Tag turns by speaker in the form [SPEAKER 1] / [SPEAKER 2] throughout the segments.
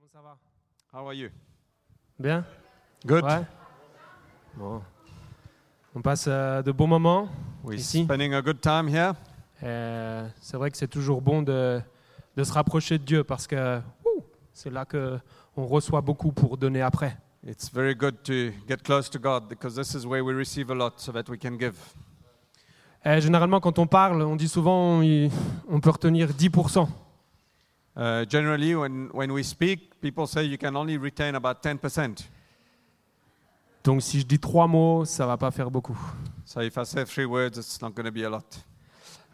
[SPEAKER 1] Comment ça va
[SPEAKER 2] How are you?
[SPEAKER 1] Bien
[SPEAKER 2] Good.
[SPEAKER 1] Ouais. Bon. On passe euh, de bons moments.
[SPEAKER 2] We're
[SPEAKER 1] Ici.
[SPEAKER 2] spending a good time here.
[SPEAKER 1] Euh, c'est vrai que c'est toujours bon de, de se rapprocher de Dieu parce que ouh, c'est là que on reçoit beaucoup pour donner après.
[SPEAKER 2] It's very good to get close to God because this is where we receive a lot so that we can give.
[SPEAKER 1] Euh, généralement, quand on parle, on dit souvent on, on peut retenir 10%.
[SPEAKER 2] Uh, generally, when, when we speak, people say you can only retain about 10%.
[SPEAKER 1] Donc si je dis trois mots, ça va pas faire beaucoup.
[SPEAKER 2] So if I say three words, it's not going to be a lot.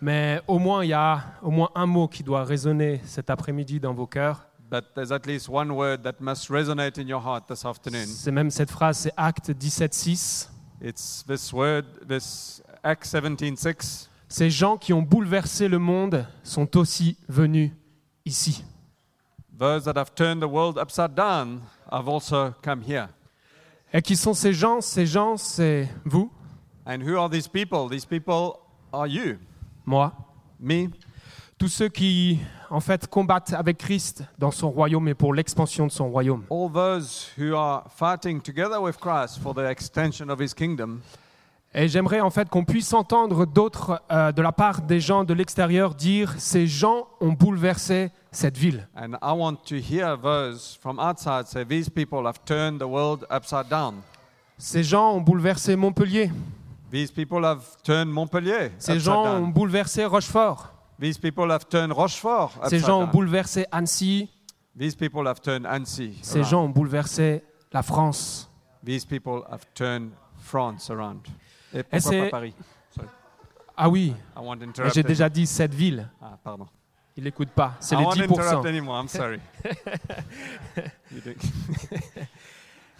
[SPEAKER 1] Mais au moins, il y a au moins un mot qui doit résonner cet après-midi dans vos cœurs.
[SPEAKER 2] But there's at least one word that must resonate in your heart this afternoon.
[SPEAKER 1] C'est même cette phrase, c'est Acte 17.6.
[SPEAKER 2] It's this word, this Acts 17:6.
[SPEAKER 1] Ces gens qui ont bouleversé le monde sont aussi venus ici.
[SPEAKER 2] Those that have turned the world upside down have also come here.
[SPEAKER 1] Et qui sont ces gens Ces gens, c'est vous,
[SPEAKER 2] And who are these people? These people are you,
[SPEAKER 1] moi,
[SPEAKER 2] me,
[SPEAKER 1] tous ceux qui, en fait, combattent avec Christ dans son royaume et pour l'expansion de son royaume.
[SPEAKER 2] all those who are fighting together with Christ for the extension of his kingdom.
[SPEAKER 1] Et j'aimerais, en fait, qu'on puisse entendre d'autres, euh, de la part des gens de l'extérieur, dire Ces gens ont bouleversé cette ville.
[SPEAKER 2] And I want to hear those from outside say, These people have turned the world upside down.
[SPEAKER 1] Ces gens ont bouleversé Montpellier.
[SPEAKER 2] These people have turned Montpellier
[SPEAKER 1] Ces
[SPEAKER 2] upside
[SPEAKER 1] gens ont
[SPEAKER 2] down.
[SPEAKER 1] bouleversé Rochefort.
[SPEAKER 2] These people have turned Rochefort upside
[SPEAKER 1] Ces gens ont
[SPEAKER 2] down.
[SPEAKER 1] bouleversé Annecy.
[SPEAKER 2] These people have turned Annecy.
[SPEAKER 1] Ces
[SPEAKER 2] around.
[SPEAKER 1] gens ont bouleversé la France.
[SPEAKER 2] These people have turned France around. Et
[SPEAKER 1] Et
[SPEAKER 2] pourquoi
[SPEAKER 1] c'est-
[SPEAKER 2] pas Paris? Sorry,
[SPEAKER 1] Ah oui,
[SPEAKER 2] I won't
[SPEAKER 1] mais
[SPEAKER 2] interrupt.
[SPEAKER 1] j'ai déjà dit cette ville.
[SPEAKER 2] any- Ah, pardon.
[SPEAKER 1] Il n'écoute pas. C'est
[SPEAKER 2] I
[SPEAKER 1] les
[SPEAKER 2] won't interrupt
[SPEAKER 1] 10%.
[SPEAKER 2] anymore. I'm sorry. You do-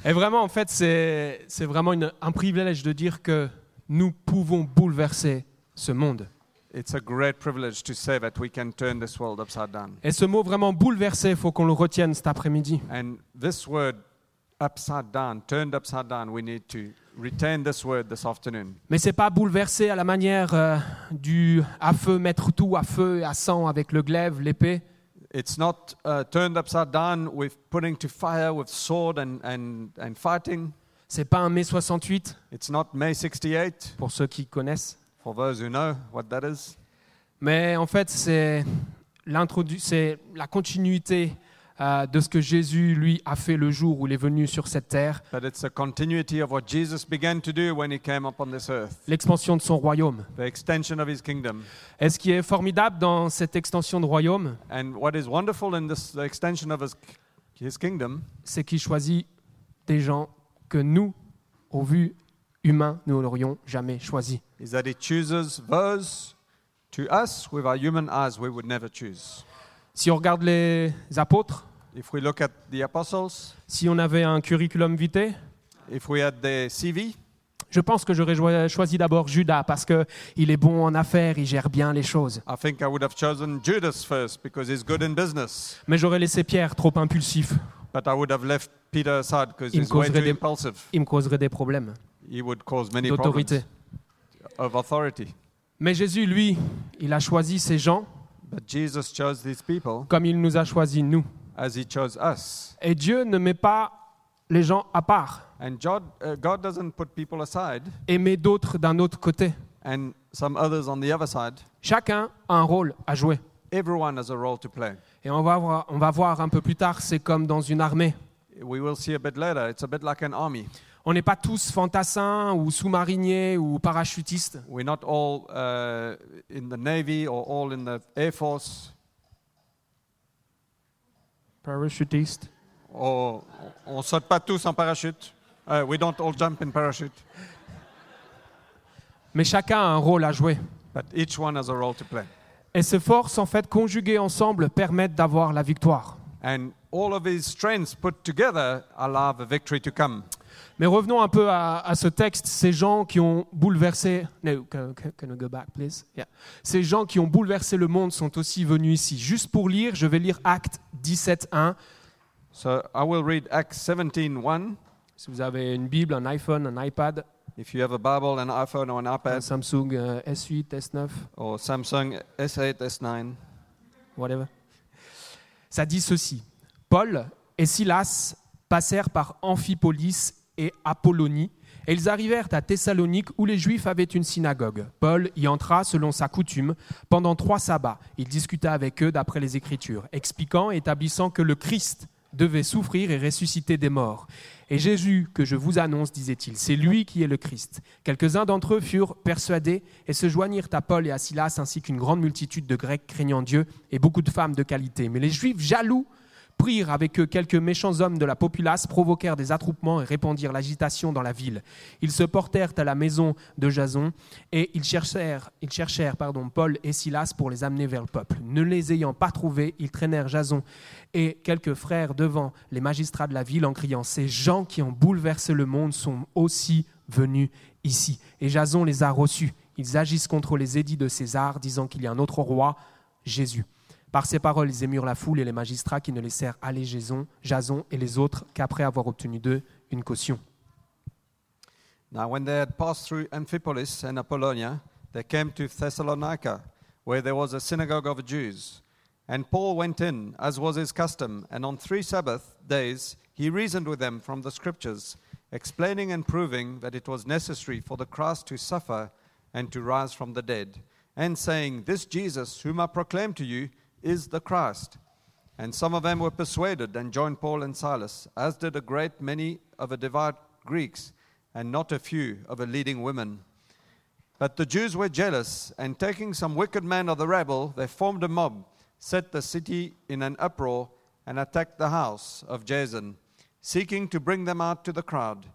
[SPEAKER 1] Et vraiment, en fait, c'est c'est vraiment une- un privilège de dire que nous pouvons bouleverser ce monde.
[SPEAKER 2] It's a great privilege to say that we can turn this world upside down.
[SPEAKER 1] Et ce mot vraiment bouleverser, il faut qu'on le retienne cet après-midi.
[SPEAKER 2] And this word, upside down, turned upside down, we need to retain this word this afternoon.
[SPEAKER 1] Mais c'est pas bouleverser à la manière euh, du à feu mettre tout à feu et à sang avec le glaive, l'épée.
[SPEAKER 2] It's not uh, turned upside down with putting to fire with sword and, and, and fighting.
[SPEAKER 1] C'est pas un mai 68
[SPEAKER 2] It's not May 68,
[SPEAKER 1] pour ceux qui connaissent.
[SPEAKER 2] for those who know what that is.
[SPEAKER 1] Mais en fait, c'est l'introdu- c'est la continuité euh, de ce que Jésus, lui, a fait le jour où il est venu sur cette terre,
[SPEAKER 2] But it's a continuity of what Jesus began to do when he came upon this earth,
[SPEAKER 1] l'expansion de son royaume.
[SPEAKER 2] the extension of his kingdom.
[SPEAKER 1] Et ce qui est formidable dans cette extension de royaume,
[SPEAKER 2] And what is wonderful in this the extension of his, his kingdom
[SPEAKER 1] c'est qu'il choisit des gens que nous, au vu humain, nous n'aurions jamais choisi.
[SPEAKER 2] is that he chooses those to us with our human eyes we would never choose.
[SPEAKER 1] Si on regarde les apôtres,
[SPEAKER 2] If we look at the apostles,
[SPEAKER 1] si on avait un curriculum vitae,
[SPEAKER 2] if we had their CV,
[SPEAKER 1] je pense que j'aurais jo- choisi d'abord Judas parce qu'il est bon en affaires, il gère bien les choses.
[SPEAKER 2] I think I would have chosen Judas first because he's good in business.
[SPEAKER 1] Mais j'aurais laissé Pierre, trop impulsif.
[SPEAKER 2] But I would have left Peter aside because
[SPEAKER 1] Il me
[SPEAKER 2] he's way too
[SPEAKER 1] causerait des-
[SPEAKER 2] impulsive.
[SPEAKER 1] Il me causerait des problèmes.
[SPEAKER 2] He would cause many problems
[SPEAKER 1] d'autorité.
[SPEAKER 2] of authority.
[SPEAKER 1] Mais Jésus, lui, il a choisi ces gens
[SPEAKER 2] But Jesus chose these people
[SPEAKER 1] comme il nous a choisis, nous.
[SPEAKER 2] as he chose us.
[SPEAKER 1] Et Dieu ne met pas les gens à part
[SPEAKER 2] And God, uh, God doesn't put people aside
[SPEAKER 1] et met d'autres d'un autre côté.
[SPEAKER 2] and some others on the other side.
[SPEAKER 1] Chacun a un rôle à jouer.
[SPEAKER 2] Everyone has a role to play.
[SPEAKER 1] Et on va voir, on va voir un peu plus tard, c'est comme dans une armée.
[SPEAKER 2] We will see a bit later. It's a bit like an army.
[SPEAKER 1] On n'est pas tous fantassins ou sous-mariniers ou parachutistes.
[SPEAKER 2] We're not all uh, in the Navy or all in the Air Force
[SPEAKER 1] Parachutistes.
[SPEAKER 2] or on saute pas tous en parachute. Uh, we don't all jump in parachute.
[SPEAKER 1] Mais chacun a un rôle à jouer.
[SPEAKER 2] But each one has a role to play.
[SPEAKER 1] Et ces forces, en fait, conjuguées ensemble, permettent d'avoir la victoire.
[SPEAKER 2] And all of these strengths put together allow the victory to come.
[SPEAKER 1] Mais revenons un peu à, à ce texte, ces gens qui ont bouleversé. No, can, can- can we go back, please? Yeah. Ces gens qui ont bouleversé le monde sont aussi venus ici. Juste pour lire, je vais lire Acte 17.1.
[SPEAKER 2] So I will read Acts 17:1.
[SPEAKER 1] Si vous avez une Bible, un iPhone, un iPad,
[SPEAKER 2] If you have a Bible, an iPhone, or an
[SPEAKER 1] un
[SPEAKER 2] iPad,
[SPEAKER 1] Samsung euh, S8, S9,
[SPEAKER 2] or Samsung S8, S9,
[SPEAKER 1] whatever. Ça dit ceci. Paul, et Silas passèrent par Amphipolis et Apollonie, et ils arrivèrent à Thessalonique où les Juifs avaient une synagogue. Paul y entra selon sa coutume pendant trois sabbats. Il discuta avec eux d'après les Écritures, expliquant et établissant que le Christ devait souffrir et ressusciter des morts. Et Jésus, que je vous annonce, disait-il, c'est lui qui est le Christ. Quelques-uns d'entre eux furent persuadés et se joignirent à Paul et à Silas, ainsi qu'une grande multitude de Grecs craignant Dieu et beaucoup de femmes de qualité. Mais les Juifs jaloux prirent avec eux quelques méchants hommes de la populace, provoquèrent des attroupements et répandirent l'agitation dans la ville. Ils se portèrent à la maison de Jason et ils cherchèrent, ils cherchèrent pardon, Paul et Silas pour les amener vers le peuple. Ne les ayant pas trouvés, ils traînèrent Jason et quelques frères devant les magistrats de la ville en criant Ces gens qui ont bouleversé le monde sont aussi venus ici. Et Jason les a reçus. Ils agissent contre les édits de César, disant qu'il y a un autre roi, Jésus. Par ces paroles, ils émurent la foule et les magistrats qui ne laissèrent aller Jason, Jason et les autres qu'après avoir obtenu d'eux une caution.
[SPEAKER 2] Now, when they had passed through Amphipolis and Apollonia, they came to Thessalonica, where there was a synagogue of Jews. And Paul went in, as was his custom, and on three Sabbath days he reasoned with them from the Scriptures, explaining and proving that it was necessary for the Christ to suffer and to rise from the dead, and saying, This Jesus, whom I proclaim to you, is the Christ. And some of them were persuaded and joined Paul and Silas, as did a great many of the devout Greeks, and not a few of the leading women. But the Jews were jealous, and taking some wicked men of the rabble, they formed a mob, set the city in an uproar, and attacked the house of Jason, seeking to bring them out to the crowd.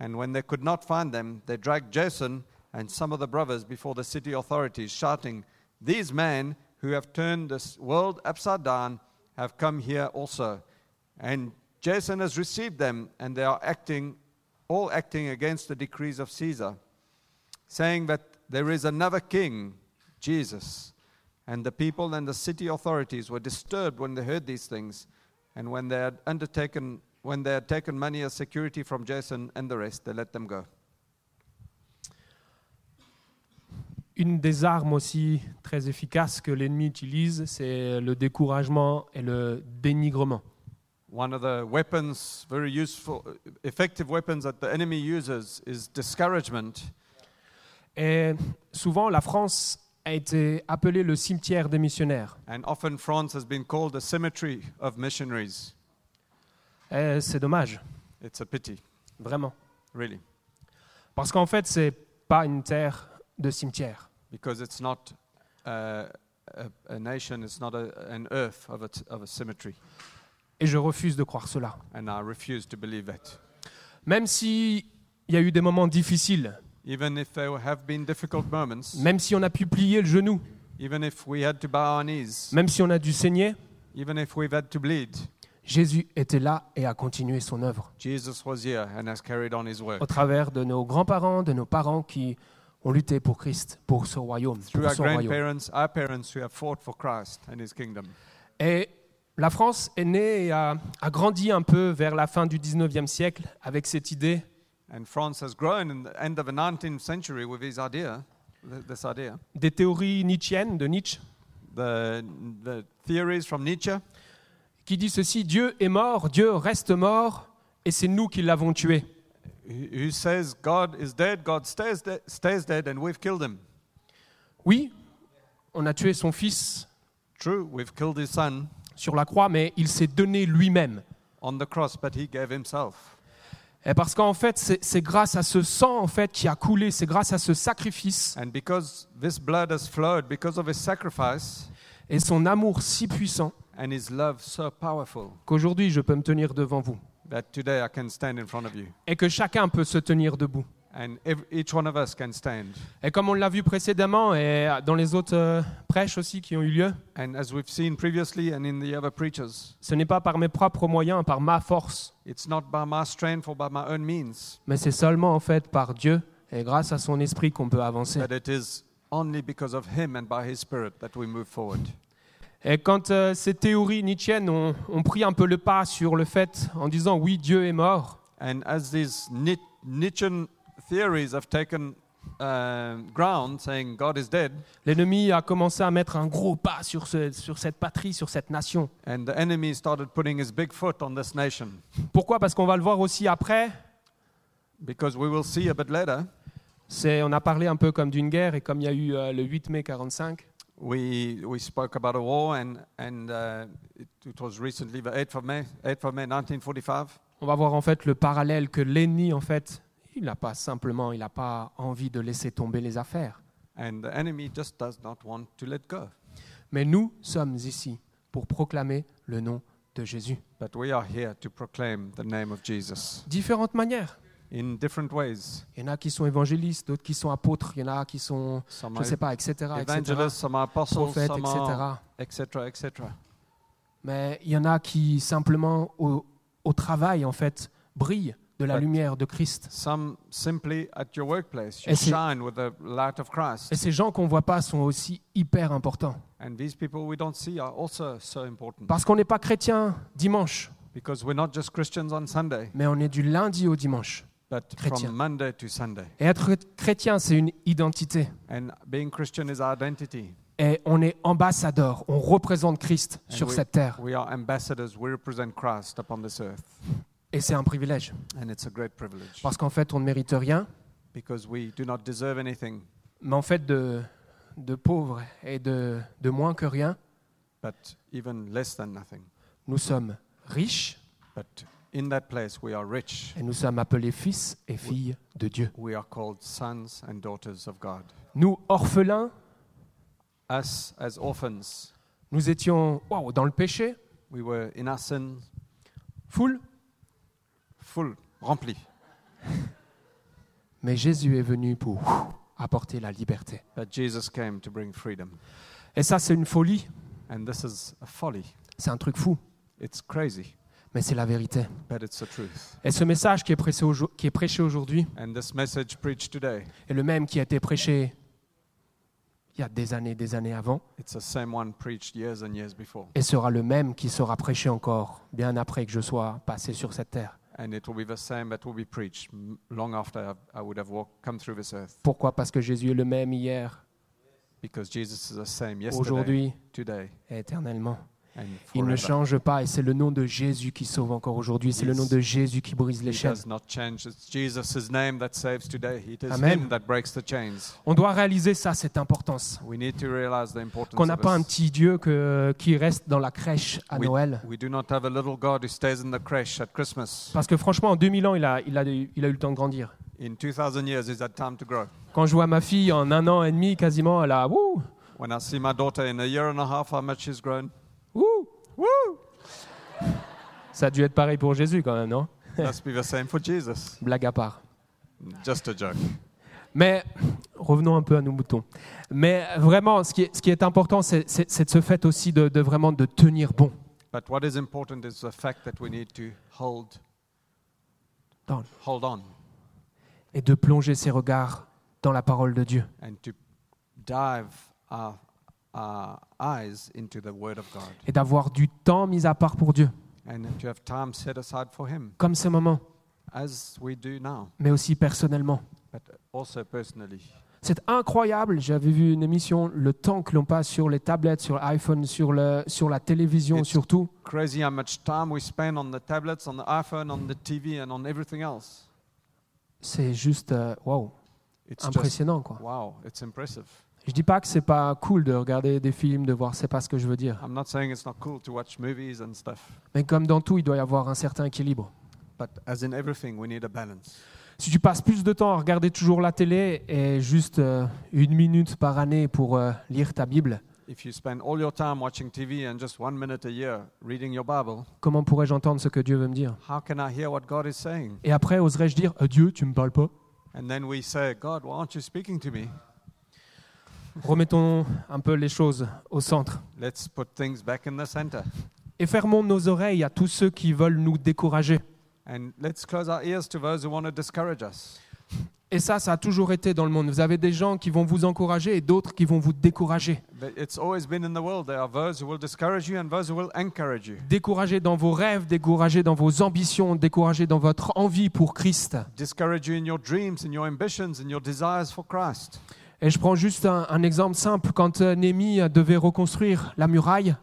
[SPEAKER 2] And when they could not find them, they dragged Jason and some of the brothers before the city authorities, shouting, These men who have turned this world upside down have come here also. And Jason has received them, and they are acting, all acting against the decrees of Caesar saying that there is another king, Jesus. And the people and the city authorities were disturbed when they heard these things, and when they had undertaken when they had taken money as security from Jason and the rest, they let them go.
[SPEAKER 1] Une des armes aussi très efficaces que l'ennemi utilise, c'est le découragement et le dénigrement.
[SPEAKER 2] One of the weapons, very useful, effective weapons that the enemy uses is discouragement.
[SPEAKER 1] Et souvent, la France a été appelée le cimetière des missionnaires.
[SPEAKER 2] And often France has been called the cemetery of missionaries.
[SPEAKER 1] Et c'est dommage,
[SPEAKER 2] It's a pity,
[SPEAKER 1] vraiment.
[SPEAKER 2] really,
[SPEAKER 1] Parce qu'en fait, c'est pas une terre de cimetière.
[SPEAKER 2] because it's not uh, a, a nation, it's not a, an earth of a, t- of a cemetery.
[SPEAKER 1] Et je refuse de croire cela.
[SPEAKER 2] And I refuse to believe that.
[SPEAKER 1] Même s'il y a eu des moments difficiles,
[SPEAKER 2] Even if there have been difficult moments,
[SPEAKER 1] même si on a pu plier le genou,
[SPEAKER 2] even if we had to bow our knees,
[SPEAKER 1] même si on a dû saigner,
[SPEAKER 2] even if we've had to bleed,
[SPEAKER 1] Jésus était là et a continué son œuvre.
[SPEAKER 2] Jesus was here and has carried on his work.
[SPEAKER 1] Au travers de nos grands-parents, de nos parents qui ont lutté pour Christ, pour ce royaume,
[SPEAKER 2] Through
[SPEAKER 1] pour
[SPEAKER 2] our
[SPEAKER 1] son royaume.
[SPEAKER 2] grandparents, our parents who have fought for Christ and his kingdom.
[SPEAKER 1] Et la France est née et a, a grandi un peu vers la fin du 19e siècle avec cette idée
[SPEAKER 2] And France has grown in the end of the 19th century with his idea, th- this idea.
[SPEAKER 1] des théories nietzschiennes de Nietzsche
[SPEAKER 2] The, the theories from Nietzsche
[SPEAKER 1] qui dit ceci, Dieu est mort, Dieu reste mort et c'est nous qui l'avons tué.
[SPEAKER 2] who who says God is dead, God stays, de- stays dead, and we've killed him.
[SPEAKER 1] Oui, on a tué son fils
[SPEAKER 2] True, we've killed his son
[SPEAKER 1] sur la croix, mais il s'est donné lui-même.
[SPEAKER 2] on the cross, but he gave himself.
[SPEAKER 1] Et parce qu'en fait, c'est c'est grâce à ce sang en fait qui a coulé, c'est grâce à ce sacrifice
[SPEAKER 2] And because this blood has flowed, because of his sacrifice
[SPEAKER 1] et son amour si puissant
[SPEAKER 2] and his love so powerful,
[SPEAKER 1] qu'aujourd'hui je peux me tenir devant vous
[SPEAKER 2] that today I can stand in front of you.
[SPEAKER 1] et que chacun peut se tenir debout.
[SPEAKER 2] And ev- each one of us can stand.
[SPEAKER 1] Et comme on l'a vu précédemment et dans les autres euh, prêches aussi qui ont eu lieu,
[SPEAKER 2] And as we've seen previously and in the other preachers,
[SPEAKER 1] ce n'est pas par mes propres moyens, par ma force,
[SPEAKER 2] it's not by my strength or by my own means,
[SPEAKER 1] mais c'est seulement en fait par Dieu et grâce à son esprit qu'on peut avancer.
[SPEAKER 2] but it is only because of him and by his spirit that we move forward.
[SPEAKER 1] Et quand euh, ces théories nietzschiennes ont, ont pris un peu le pas sur le fait en disant oui, Dieu est mort,
[SPEAKER 2] And as these Ni- Nietzschean theories have taken um, ground saying God is dead,
[SPEAKER 1] L'ennemi a commencé à mettre un gros pas sur, ce- sur cette patrie, sur cette nation.
[SPEAKER 2] and the enemy started putting his big foot on this nation.
[SPEAKER 1] Pourquoi Parce qu'on va le voir aussi après.
[SPEAKER 2] Because we will see a bit later,
[SPEAKER 1] C'est, on a parlé un peu comme d'une guerre et comme il y a eu euh, le 8 mai 45,
[SPEAKER 2] we, we spoke about a war, and, and uh, it, it was recently the 8th of May, 8th of May 1945.
[SPEAKER 1] on va voir en fait le parallèle que l'ennemi en fait, il n'a pas simplement, il n'a pas envie de laisser tomber les affaires.
[SPEAKER 2] And the enemy just does not want to let go.
[SPEAKER 1] Mais nous sommes ici pour proclamer le nom de Jésus.
[SPEAKER 2] But we are here to proclaim the name of Jesus
[SPEAKER 1] Différentes manières.
[SPEAKER 2] in different ways.
[SPEAKER 1] Il y en a qui sont évangélistes, d'autres qui sont apôtres, il y en a qui sont,
[SPEAKER 2] Some
[SPEAKER 1] je ne
[SPEAKER 2] are
[SPEAKER 1] sais pas, etc., etc.,
[SPEAKER 2] evangelists, some are apostles,
[SPEAKER 1] prophètes,
[SPEAKER 2] some
[SPEAKER 1] etc.
[SPEAKER 2] are etc. etc.
[SPEAKER 1] Mais il y en a qui simplement au, au travail en fait brillent de la
[SPEAKER 2] Ouais.
[SPEAKER 1] lumière de Christ.
[SPEAKER 2] Some simply at your workplace, you
[SPEAKER 1] Et c'est-
[SPEAKER 2] shine with the light of Christ.
[SPEAKER 1] Et ces gens qu'on ne voit pas sont aussi hyper importants.
[SPEAKER 2] And these people we don't see are also so important
[SPEAKER 1] Parce qu'on n'est pas chrétien dimanche,
[SPEAKER 2] because we're not just Christians on Sunday,
[SPEAKER 1] mais on est du lundi au dimanche.
[SPEAKER 2] but
[SPEAKER 1] Chrétien.
[SPEAKER 2] from Monday to Sunday.
[SPEAKER 1] Et être chrétien, c'est une identité.
[SPEAKER 2] And being Christian is our identity.
[SPEAKER 1] Et on est ambassadeur, on représente Christ
[SPEAKER 2] And
[SPEAKER 1] sur
[SPEAKER 2] we-
[SPEAKER 1] cette terre.
[SPEAKER 2] We are ambassadors. We represent Christ upon this earth.
[SPEAKER 1] Et c'est un privilège.
[SPEAKER 2] And it's a great privilege
[SPEAKER 1] Parce qu'en fait, on ne mérite rien,
[SPEAKER 2] because we do not deserve anything,
[SPEAKER 1] mais en fait, de, de pauvre et de, de moins que rien,
[SPEAKER 2] but even less than nothing.
[SPEAKER 1] nous sommes riches
[SPEAKER 2] But in that place, we are rich.
[SPEAKER 1] et nous sommes appelés fils et filles de Dieu.
[SPEAKER 2] We are called sons and daughters of God.
[SPEAKER 1] Nous, orphelins,
[SPEAKER 2] Us as orphans,
[SPEAKER 1] nous étions waouh, dans le péché,
[SPEAKER 2] we were in our sin
[SPEAKER 1] full,
[SPEAKER 2] full, rempli.
[SPEAKER 1] mais Jésus est venu pour ouf, apporter la liberté.
[SPEAKER 2] But Jesus came to bring freedom.
[SPEAKER 1] Et ça, c'est une folie,
[SPEAKER 2] And this is a folly.
[SPEAKER 1] c'est un truc fou,
[SPEAKER 2] It's crazy,
[SPEAKER 1] mais c'est la vérité.
[SPEAKER 2] but it's the truth.
[SPEAKER 1] Et ce message qui est prêché aujo- qui est prêché aujourd'hui
[SPEAKER 2] And this message preached today,
[SPEAKER 1] est le même qui a été prêché il y a des années, des années avant,
[SPEAKER 2] it's the same one preached years and years before.
[SPEAKER 1] et sera le même qui sera prêché encore bien après que je sois passé sur cette terre.
[SPEAKER 2] And it will be the same that will be preached m- long after I've- I would have walked, come through this earth.
[SPEAKER 1] Pourquoi Parce que Jésus est le même hier,
[SPEAKER 2] Because Jesus is the same yesterday,
[SPEAKER 1] aujourd'hui
[SPEAKER 2] today,
[SPEAKER 1] et éternellement.
[SPEAKER 2] and
[SPEAKER 1] Il ne
[SPEAKER 2] forever.
[SPEAKER 1] change pas et c'est le nom de Jésus qui sauve encore aujourd'hui. C'est le nom de Jésus qui brise les
[SPEAKER 2] He
[SPEAKER 1] chaînes.
[SPEAKER 2] does not change. It's Jesus' name that saves today. It is
[SPEAKER 1] Amen.
[SPEAKER 2] Him that breaks the chains.
[SPEAKER 1] On doit réaliser ça, cette importance.
[SPEAKER 2] We need to realize the importance
[SPEAKER 1] Qu'on n'a
[SPEAKER 2] of
[SPEAKER 1] pas un
[SPEAKER 2] this.
[SPEAKER 1] petit Dieu que- qui reste dans la crèche à
[SPEAKER 2] Oui.
[SPEAKER 1] Noël.
[SPEAKER 2] We do not have a little God who stays in the crèche at Christmas.
[SPEAKER 1] Parce que franchement, en 2000 ans, il a, il a, il a eu le temps de grandir.
[SPEAKER 2] In 2,000 years, he's had time to grow.
[SPEAKER 1] Quand je vois ma fille en un an et demi, quasiment, elle a wouh,
[SPEAKER 2] When I see my daughter in a year and a half, how much she's grown.
[SPEAKER 1] wouh, wouh. Ça a dû être pareil pour Jésus quand même, non
[SPEAKER 2] Must be the same for Jesus.
[SPEAKER 1] Blague à part.
[SPEAKER 2] Just a joke.
[SPEAKER 1] Mais revenons un peu à nos moutons. Mais vraiment, ce qui est, ce qui est important, c'est c'est- c'est de ce fait aussi de, de vraiment de tenir bon.
[SPEAKER 2] But what is important is the fact that we need to hold,
[SPEAKER 1] Down.
[SPEAKER 2] hold on,
[SPEAKER 1] et de plonger ses regards dans la parole de Dieu.
[SPEAKER 2] and to dive our, our eyes into the Word of God,
[SPEAKER 1] Et d'avoir du temps mis à part pour Dieu,
[SPEAKER 2] and to have time set aside for Him,
[SPEAKER 1] comme ce moment,
[SPEAKER 2] as we do now,
[SPEAKER 1] mais aussi personnellement.
[SPEAKER 2] but also personally.
[SPEAKER 1] C'est incroyable, j'avais vu une émission, le temps que l'on passe sur les tablettes, sur l'iPhone, sur, le, sur la télévision,
[SPEAKER 2] It's-
[SPEAKER 1] surtout.
[SPEAKER 2] Crazy how much time we spend on the tablets, on the iPhone, on the TV, and on everything else.
[SPEAKER 1] C'est juste, euh, waouh,
[SPEAKER 2] It's just
[SPEAKER 1] impressionnant quoi.
[SPEAKER 2] wow. It's impressive.
[SPEAKER 1] Je dis pas que c'est pas cool de regarder des films, de voir, c'est pas ce que je veux dire.
[SPEAKER 2] I'm not saying it's not cool to watch movies and stuff,
[SPEAKER 1] Mais comme dans tout, il doit y avoir un certain équilibre.
[SPEAKER 2] but as in everything, we need a balance.
[SPEAKER 1] Si tu passes plus de temps à regarder toujours la télé et juste euh, une minute par année pour euh, lire ta Bible,
[SPEAKER 2] If you spend all your time watching TV and just one minute a year reading your Bible,
[SPEAKER 1] comment pourrais-je entendre ce que Dieu veut me dire
[SPEAKER 2] how can I hear what God is saying?
[SPEAKER 1] Et après, oserais-je dire Ah, Dieu, tu me parles pas
[SPEAKER 2] And then we say, God, why aren't you speaking to me?
[SPEAKER 1] Remettons un peu les choses au centre
[SPEAKER 2] Let's put things back in the center.
[SPEAKER 1] et fermons nos oreilles à tous ceux qui veulent nous décourager.
[SPEAKER 2] And let's close our ears to those who want to discourage us.
[SPEAKER 1] Et ça, ça a toujours été dans le monde. Vous avez des gens qui vont vous encourager et d'autres qui vont vous décourager.
[SPEAKER 2] But it's always been in the world. There are those who will discourage you and those who will encourage you.
[SPEAKER 1] Décourager dans vos rêves, décourager dans vos ambitions, décourager dans votre envie pour Christ.
[SPEAKER 2] Discourage you in your dreams, in your ambitions, in your desires for Christ.
[SPEAKER 1] Et je prends juste un, un exemple simple. Quand euh, Néhémie devait reconstruire la muraille,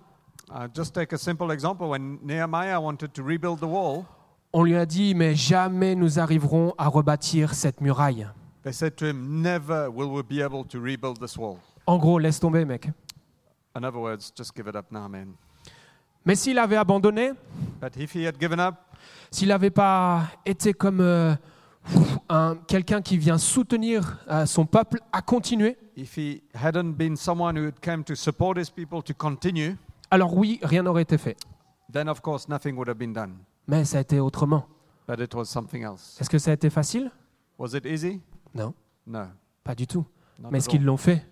[SPEAKER 2] Uh, just take a simple example. When Nehemiah wanted to rebuild the wall,
[SPEAKER 1] on lui a dit, mais jamais nous arriverons à rebâtir cette muraille.
[SPEAKER 2] they said to him, Never will we be able to rebuild this wall.
[SPEAKER 1] En gros, laisse tomber, mec.
[SPEAKER 2] In other words, just give it up now, man.
[SPEAKER 1] Mais s'il avait abandonné,
[SPEAKER 2] But if he had given up,
[SPEAKER 1] s'il n'avait pas été comme euh, un- quelqu'un qui vient soutenir euh, son peuple à continuer,
[SPEAKER 2] if he hadn't been someone who had come to support his people to continue,
[SPEAKER 1] alors oui, rien n'aurait été fait.
[SPEAKER 2] then of course nothing would have been done.
[SPEAKER 1] Mais ça a été autrement.
[SPEAKER 2] But it was something else.
[SPEAKER 1] Est-ce que ça a été facile
[SPEAKER 2] Was it easy?
[SPEAKER 1] Non,
[SPEAKER 2] No.
[SPEAKER 1] pas du tout.
[SPEAKER 2] Not
[SPEAKER 1] Mais
[SPEAKER 2] at
[SPEAKER 1] est-ce qu'ils
[SPEAKER 2] all.
[SPEAKER 1] l'ont fait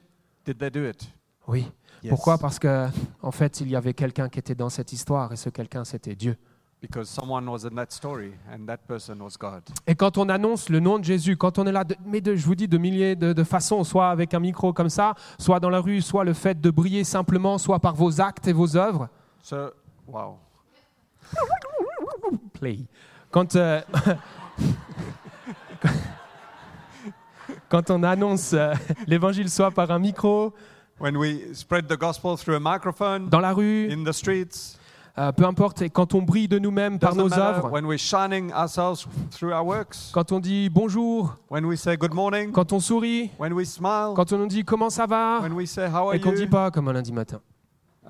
[SPEAKER 2] Did they do it?
[SPEAKER 1] Oui.
[SPEAKER 2] Yes.
[SPEAKER 1] Pourquoi Parce que, en fait, il y avait quelqu'un qui était dans cette histoire et ce quelqu'un, c'était Dieu.
[SPEAKER 2] Because someone was in that story and that person was God.
[SPEAKER 1] Et quand on annonce le nom de Jésus, quand on est là, de- mais de- je vous dis de milliers de, de façons, soit avec un micro comme ça, soit dans la rue, soit le fait de briller simplement, soit par vos actes et vos œuvres.
[SPEAKER 2] So, wow.
[SPEAKER 1] Play. Quand, euh, quand on annonce euh, l'évangile, soit par un micro,
[SPEAKER 2] When we spread the gospel through a microphone,
[SPEAKER 1] dans la rue,
[SPEAKER 2] in the streets,
[SPEAKER 1] euh, peu importe, et quand on brille de nous-mêmes par
[SPEAKER 2] doesn't
[SPEAKER 1] nos
[SPEAKER 2] matter
[SPEAKER 1] œuvres,
[SPEAKER 2] when we're shining ourselves through our works,
[SPEAKER 1] quand on dit bonjour,
[SPEAKER 2] when we say good morning,
[SPEAKER 1] quand on sourit,
[SPEAKER 2] when we smile,
[SPEAKER 1] quand on nous dit comment ça va,
[SPEAKER 2] when we say how are
[SPEAKER 1] et qu'on ne dit
[SPEAKER 2] you,
[SPEAKER 1] pas comme un lundi matin.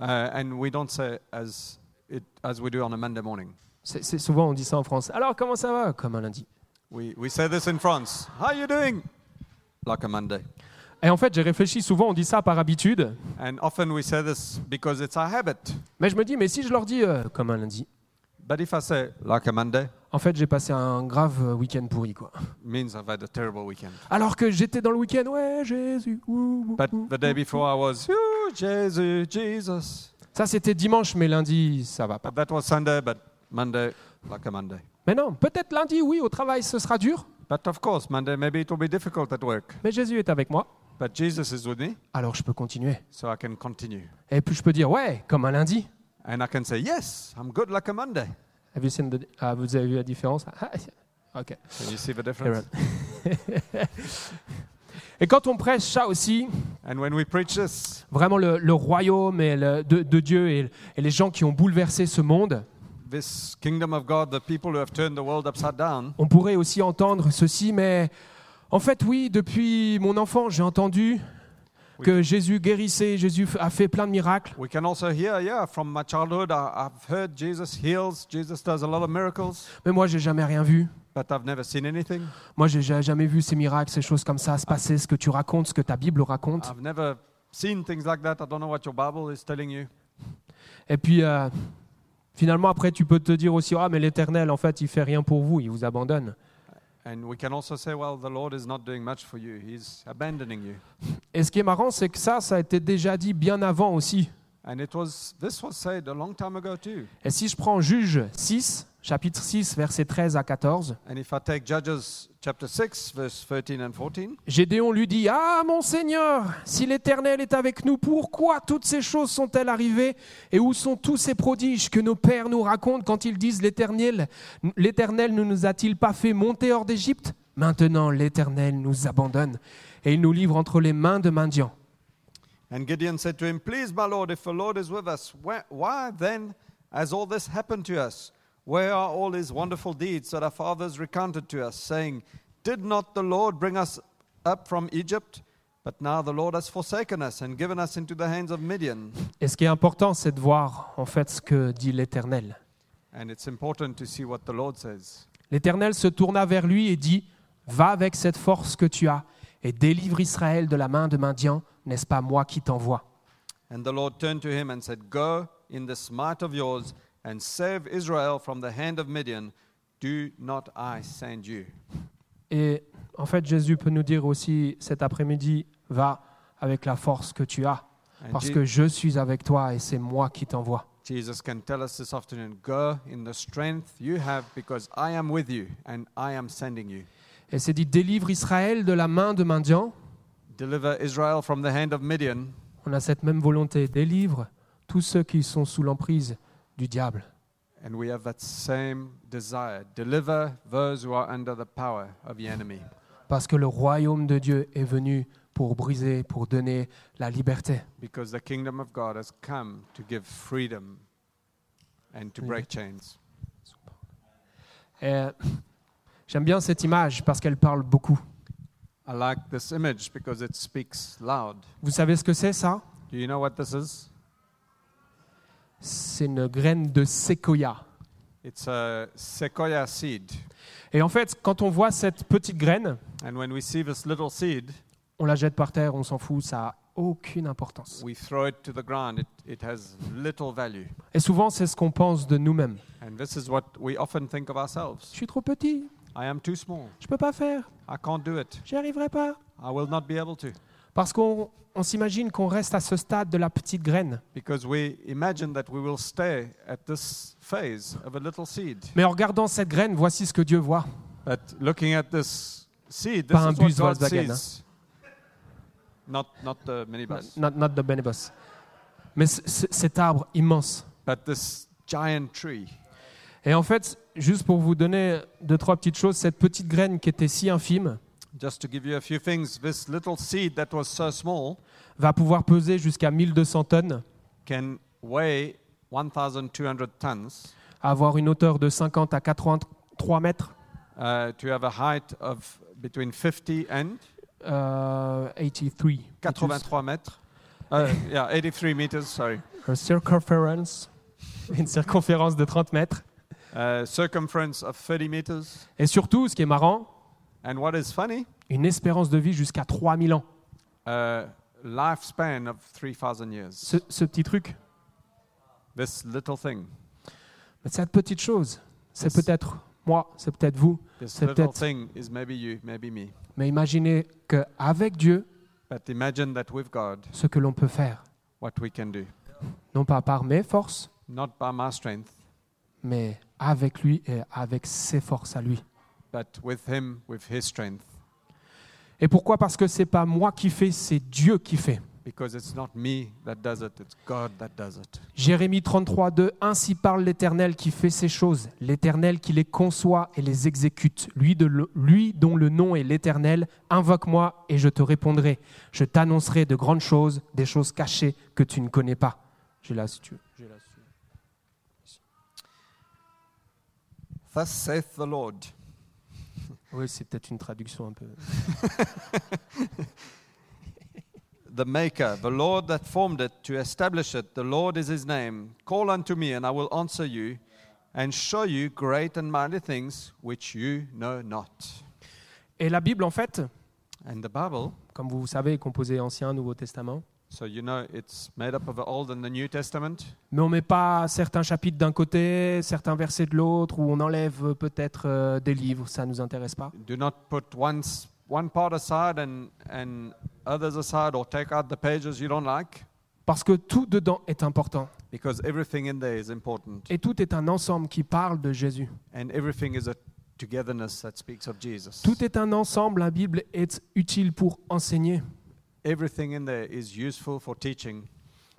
[SPEAKER 2] uh, and we don't say as it as we do on a Monday morning.
[SPEAKER 1] C'est- c'est souvent on dit ça en France. Alors comment ça va Comme un lundi.
[SPEAKER 2] We we say this in France. How are you doing? Like a Monday.
[SPEAKER 1] Et en fait, j'ai réfléchi souvent, on dit ça par habitude,
[SPEAKER 2] And often we say this because it's our habit.
[SPEAKER 1] mais je me dis, mais si je leur dis euh, comme un lundi,
[SPEAKER 2] But if I say like a Monday,
[SPEAKER 1] en fait, j'ai passé un grave euh, week-end pourri, quoi.
[SPEAKER 2] means I've had a terrible weekend.
[SPEAKER 1] Alors que j'étais dans le week-end, ouais, Jésus. ouh, ouh,
[SPEAKER 2] But
[SPEAKER 1] ouh.
[SPEAKER 2] the day before I was, "Ooh, Jesus, Jesus.
[SPEAKER 1] Ça, c'était dimanche, mais lundi, ça va pas.
[SPEAKER 2] But that was Sunday, but Monday, like a Monday.
[SPEAKER 1] Mais non, peut-être lundi, oui, au travail, ce sera dur,
[SPEAKER 2] But of course, Monday, maybe it will be difficult at work.
[SPEAKER 1] mais Jésus est avec moi,
[SPEAKER 2] But Jesus is with me,
[SPEAKER 1] alors je peux continuer.
[SPEAKER 2] so I can continue.
[SPEAKER 1] Et puis je peux dire, ouais, comme un lundi.
[SPEAKER 2] And I can say, yes, I'm good like a Monday.
[SPEAKER 1] Have you seen the- ah, vous avez vu la différence Ah, Ok.
[SPEAKER 2] Can you see the difference?
[SPEAKER 1] Et quand on prêche ça aussi,
[SPEAKER 2] And when we preach this,
[SPEAKER 1] vraiment le, le royaume et le- de, de Dieu et, et les gens qui ont bouleversé ce monde,
[SPEAKER 2] this kingdom of God, the people who have turned the world upside down,
[SPEAKER 1] on pourrait aussi entendre ceci, mais en fait oui, depuis mon enfant, j'ai entendu que Jésus guérissait, Jésus f- a fait plein de miracles,
[SPEAKER 2] we can also hear, yeah, from my childhood, I, I've heard Jesus heals, Jesus does a lot of miracles,
[SPEAKER 1] mais moi j'ai jamais rien vu.
[SPEAKER 2] but I've never seen anything.
[SPEAKER 1] Moi j'ai ja- jamais vu ces miracles, ces choses comme ça se passer, ce que tu racontes, ce que ta Bible raconte.
[SPEAKER 2] I've never seen things like that. I don't know what your Bible is telling you.
[SPEAKER 1] Et puis euh, finalement après tu peux te dire aussi ah mais l'Éternel en fait il fait rien pour vous, il vous abandonne.
[SPEAKER 2] And we can also say, well, the Lord is not doing much for you, He's abandoning you.
[SPEAKER 1] Et ce qui est marrant c'est que ça ça a été déjà dit bien avant aussi.
[SPEAKER 2] And it was this was said a long time ago too.
[SPEAKER 1] Et si je prends Juge 6, chapitre 6, versets 13 à 14,
[SPEAKER 2] And if I take Judges chapter 6, verse 13 and 14,
[SPEAKER 1] Gédéon lui dit, Ah mon Seigneur, si l'Éternel est avec nous, pourquoi toutes ces choses sont-elles arrivées Et où sont tous ces prodiges que nos pères nous racontent quand ils disent, L'Éternel, l'Éternel ne nous a-t-il pas fait monter hors d'Égypte Maintenant l'Éternel nous abandonne et il nous livre entre les mains de mendiants.
[SPEAKER 2] and Gideon said to him, Please, my Lord, if the Lord is with us, why, why then has all this happened to us? Where are all his wonderful deeds that our fathers recounted to us, saying, Did not the Lord bring us up from Egypt? But now the Lord has forsaken us and given us into the hands of Midian.
[SPEAKER 1] Et ce qui est important, c'est de voir en fait ce que dit l'Éternel.
[SPEAKER 2] And it's important to see what the Lord says.
[SPEAKER 1] L'Éternel se tourna vers lui et dit, Va avec cette force que tu as et délivre Israël de la main de mendiants, n'est-ce pas moi qui t'envoie
[SPEAKER 2] And the Lord turned to him and said, Go in this might of yours and save Israel from the hand of Midian. Do not I send you?
[SPEAKER 1] Et en fait, Jésus peut nous dire aussi cet après-midi, va avec la force que tu as,
[SPEAKER 2] And
[SPEAKER 1] parce
[SPEAKER 2] Je-
[SPEAKER 1] que je suis avec toi et c'est moi qui t'envoie.
[SPEAKER 2] Jesus can tell us this afternoon, Go in the strength you have because I am with you and I am sending you.
[SPEAKER 1] Et c'est dit délivre Israël de la main de mendiants.
[SPEAKER 2] Deliver Israel from the hand of Midian.
[SPEAKER 1] On a cette même volonté délivre tous ceux qui sont sous l'emprise du diable.
[SPEAKER 2] And we have that same desire. Deliver those who are under the power of the enemy.
[SPEAKER 1] Parce que le royaume de Dieu est venu pour briser, pour donner la liberté.
[SPEAKER 2] Because the kingdom of God has come to give freedom and to break chains.
[SPEAKER 1] Et J'aime bien cette image parce qu'elle parle beaucoup.
[SPEAKER 2] I like this image because it speaks loud.
[SPEAKER 1] Vous savez ce que c'est ça
[SPEAKER 2] Do you know what this is?
[SPEAKER 1] C'est une graine de séquoia.
[SPEAKER 2] It's a sequoia seed.
[SPEAKER 1] Et en fait, quand on voit cette petite graine,
[SPEAKER 2] And when we see this little seed,
[SPEAKER 1] on la jette par terre, on s'en fout, ça n'a aucune importance.
[SPEAKER 2] we throw it to the ground. It, it has little value.
[SPEAKER 1] Et souvent, c'est ce qu'on pense de nous-mêmes.
[SPEAKER 2] And this is what we often think of
[SPEAKER 1] Je
[SPEAKER 2] ourselves
[SPEAKER 1] suis trop petit,
[SPEAKER 2] I am too small.
[SPEAKER 1] je peux pas faire,
[SPEAKER 2] I can't do it.
[SPEAKER 1] j'y arriverai pas.
[SPEAKER 2] I will not be able to.
[SPEAKER 1] Parce qu'on on s'imagine qu'on reste à ce stade de la petite graine.
[SPEAKER 2] Because we imagine that we will stay at this phase of a little seed.
[SPEAKER 1] Mais en regardant cette graine, voici ce que Dieu voit.
[SPEAKER 2] But looking at this seed, this
[SPEAKER 1] Pas
[SPEAKER 2] is
[SPEAKER 1] un
[SPEAKER 2] what
[SPEAKER 1] bus
[SPEAKER 2] God
[SPEAKER 1] Volkswagen,
[SPEAKER 2] sees. Not, not the minibus,
[SPEAKER 1] Not, not the Benebus. Mais c- c- cet arbre immense.
[SPEAKER 2] but this giant tree.
[SPEAKER 1] Et en fait, juste pour vous donner deux, trois petites choses, cette petite graine qui était si infime
[SPEAKER 2] Just to give you a few things, this little seed that was so small
[SPEAKER 1] va pouvoir peser jusqu'à 1200 tonnes,
[SPEAKER 2] can weigh 1,200 tons,
[SPEAKER 1] avoir une hauteur de 50 à 83 mètres,
[SPEAKER 2] uh, to have a height of between 50 and
[SPEAKER 1] euh, 83.
[SPEAKER 2] 83 mètres. Uh, yeah, 83 meters, sorry.
[SPEAKER 1] A circumference, une circonférence de 30 mètres.
[SPEAKER 2] Uh, circumference of 30 meters.
[SPEAKER 1] Et surtout, ce qui est marrant,
[SPEAKER 2] And what is funny,
[SPEAKER 1] une espérance de vie jusqu'à 3000 ans.
[SPEAKER 2] a lifespan of 3,000 years.
[SPEAKER 1] Ce, ce petit truc,
[SPEAKER 2] This little thing.
[SPEAKER 1] Mais cette petite chose, c'est
[SPEAKER 2] Yes.
[SPEAKER 1] peut-être moi, c'est peut-être vous,
[SPEAKER 2] This
[SPEAKER 1] C'est
[SPEAKER 2] little
[SPEAKER 1] peut-être-
[SPEAKER 2] thing is maybe you, maybe me.
[SPEAKER 1] mais imaginez qu'avec Dieu,
[SPEAKER 2] But imagine that with God,
[SPEAKER 1] ce que l'on peut faire,
[SPEAKER 2] what we can do.
[SPEAKER 1] non pas par mes forces,
[SPEAKER 2] Not by my strength,
[SPEAKER 1] mais avec lui et avec ses forces à lui.
[SPEAKER 2] but with Him, with His strength.
[SPEAKER 1] Et pourquoi Parce que c'est pas moi qui fais, c'est Dieu qui fait.
[SPEAKER 2] Because it's not me that does it, it's God that does it.
[SPEAKER 1] Jérémie 33, 2, Ainsi parle l'Éternel qui fait ces choses, l'Éternel qui les conçoit et les exécute. Lui, de le- lui dont le nom est l'Éternel, invoque-moi et je te répondrai. Je t'annoncerai de grandes choses, des choses cachées que tu ne connais pas. J'ai là si tu veux. J'ai là, si tu veux.
[SPEAKER 2] Thus saith the Lord.
[SPEAKER 1] Oui, c'est peut-être une traduction un peu.
[SPEAKER 2] the Maker, the Lord that formed it to establish it, the Lord is his name. Call unto me, and I will answer you, and show you great and mighty things which you know not.
[SPEAKER 1] Et la Bible, en fait,
[SPEAKER 2] And the Bible,
[SPEAKER 1] comme vous savez, est composée Ancien, Nouveau Testament.
[SPEAKER 2] so you know it's made up of the Old and the New Testament.
[SPEAKER 1] Mais on ne met pas certains chapitres d'un côté, certains versets de l'autre, ou on enlève euh, peut-être euh, des livres, ça ne nous intéresse pas.
[SPEAKER 2] Do not put one, s- one part aside and, and others aside, or take out the pages you don't like,
[SPEAKER 1] Parce que tout dedans est important.
[SPEAKER 2] because everything in there is important,
[SPEAKER 1] Et tout est un ensemble qui parle de Jésus.
[SPEAKER 2] and everything is a togetherness that speaks of Jesus.
[SPEAKER 1] Tout est un ensemble, la Bible est utile pour enseigner,
[SPEAKER 2] Everything in there is useful for teaching.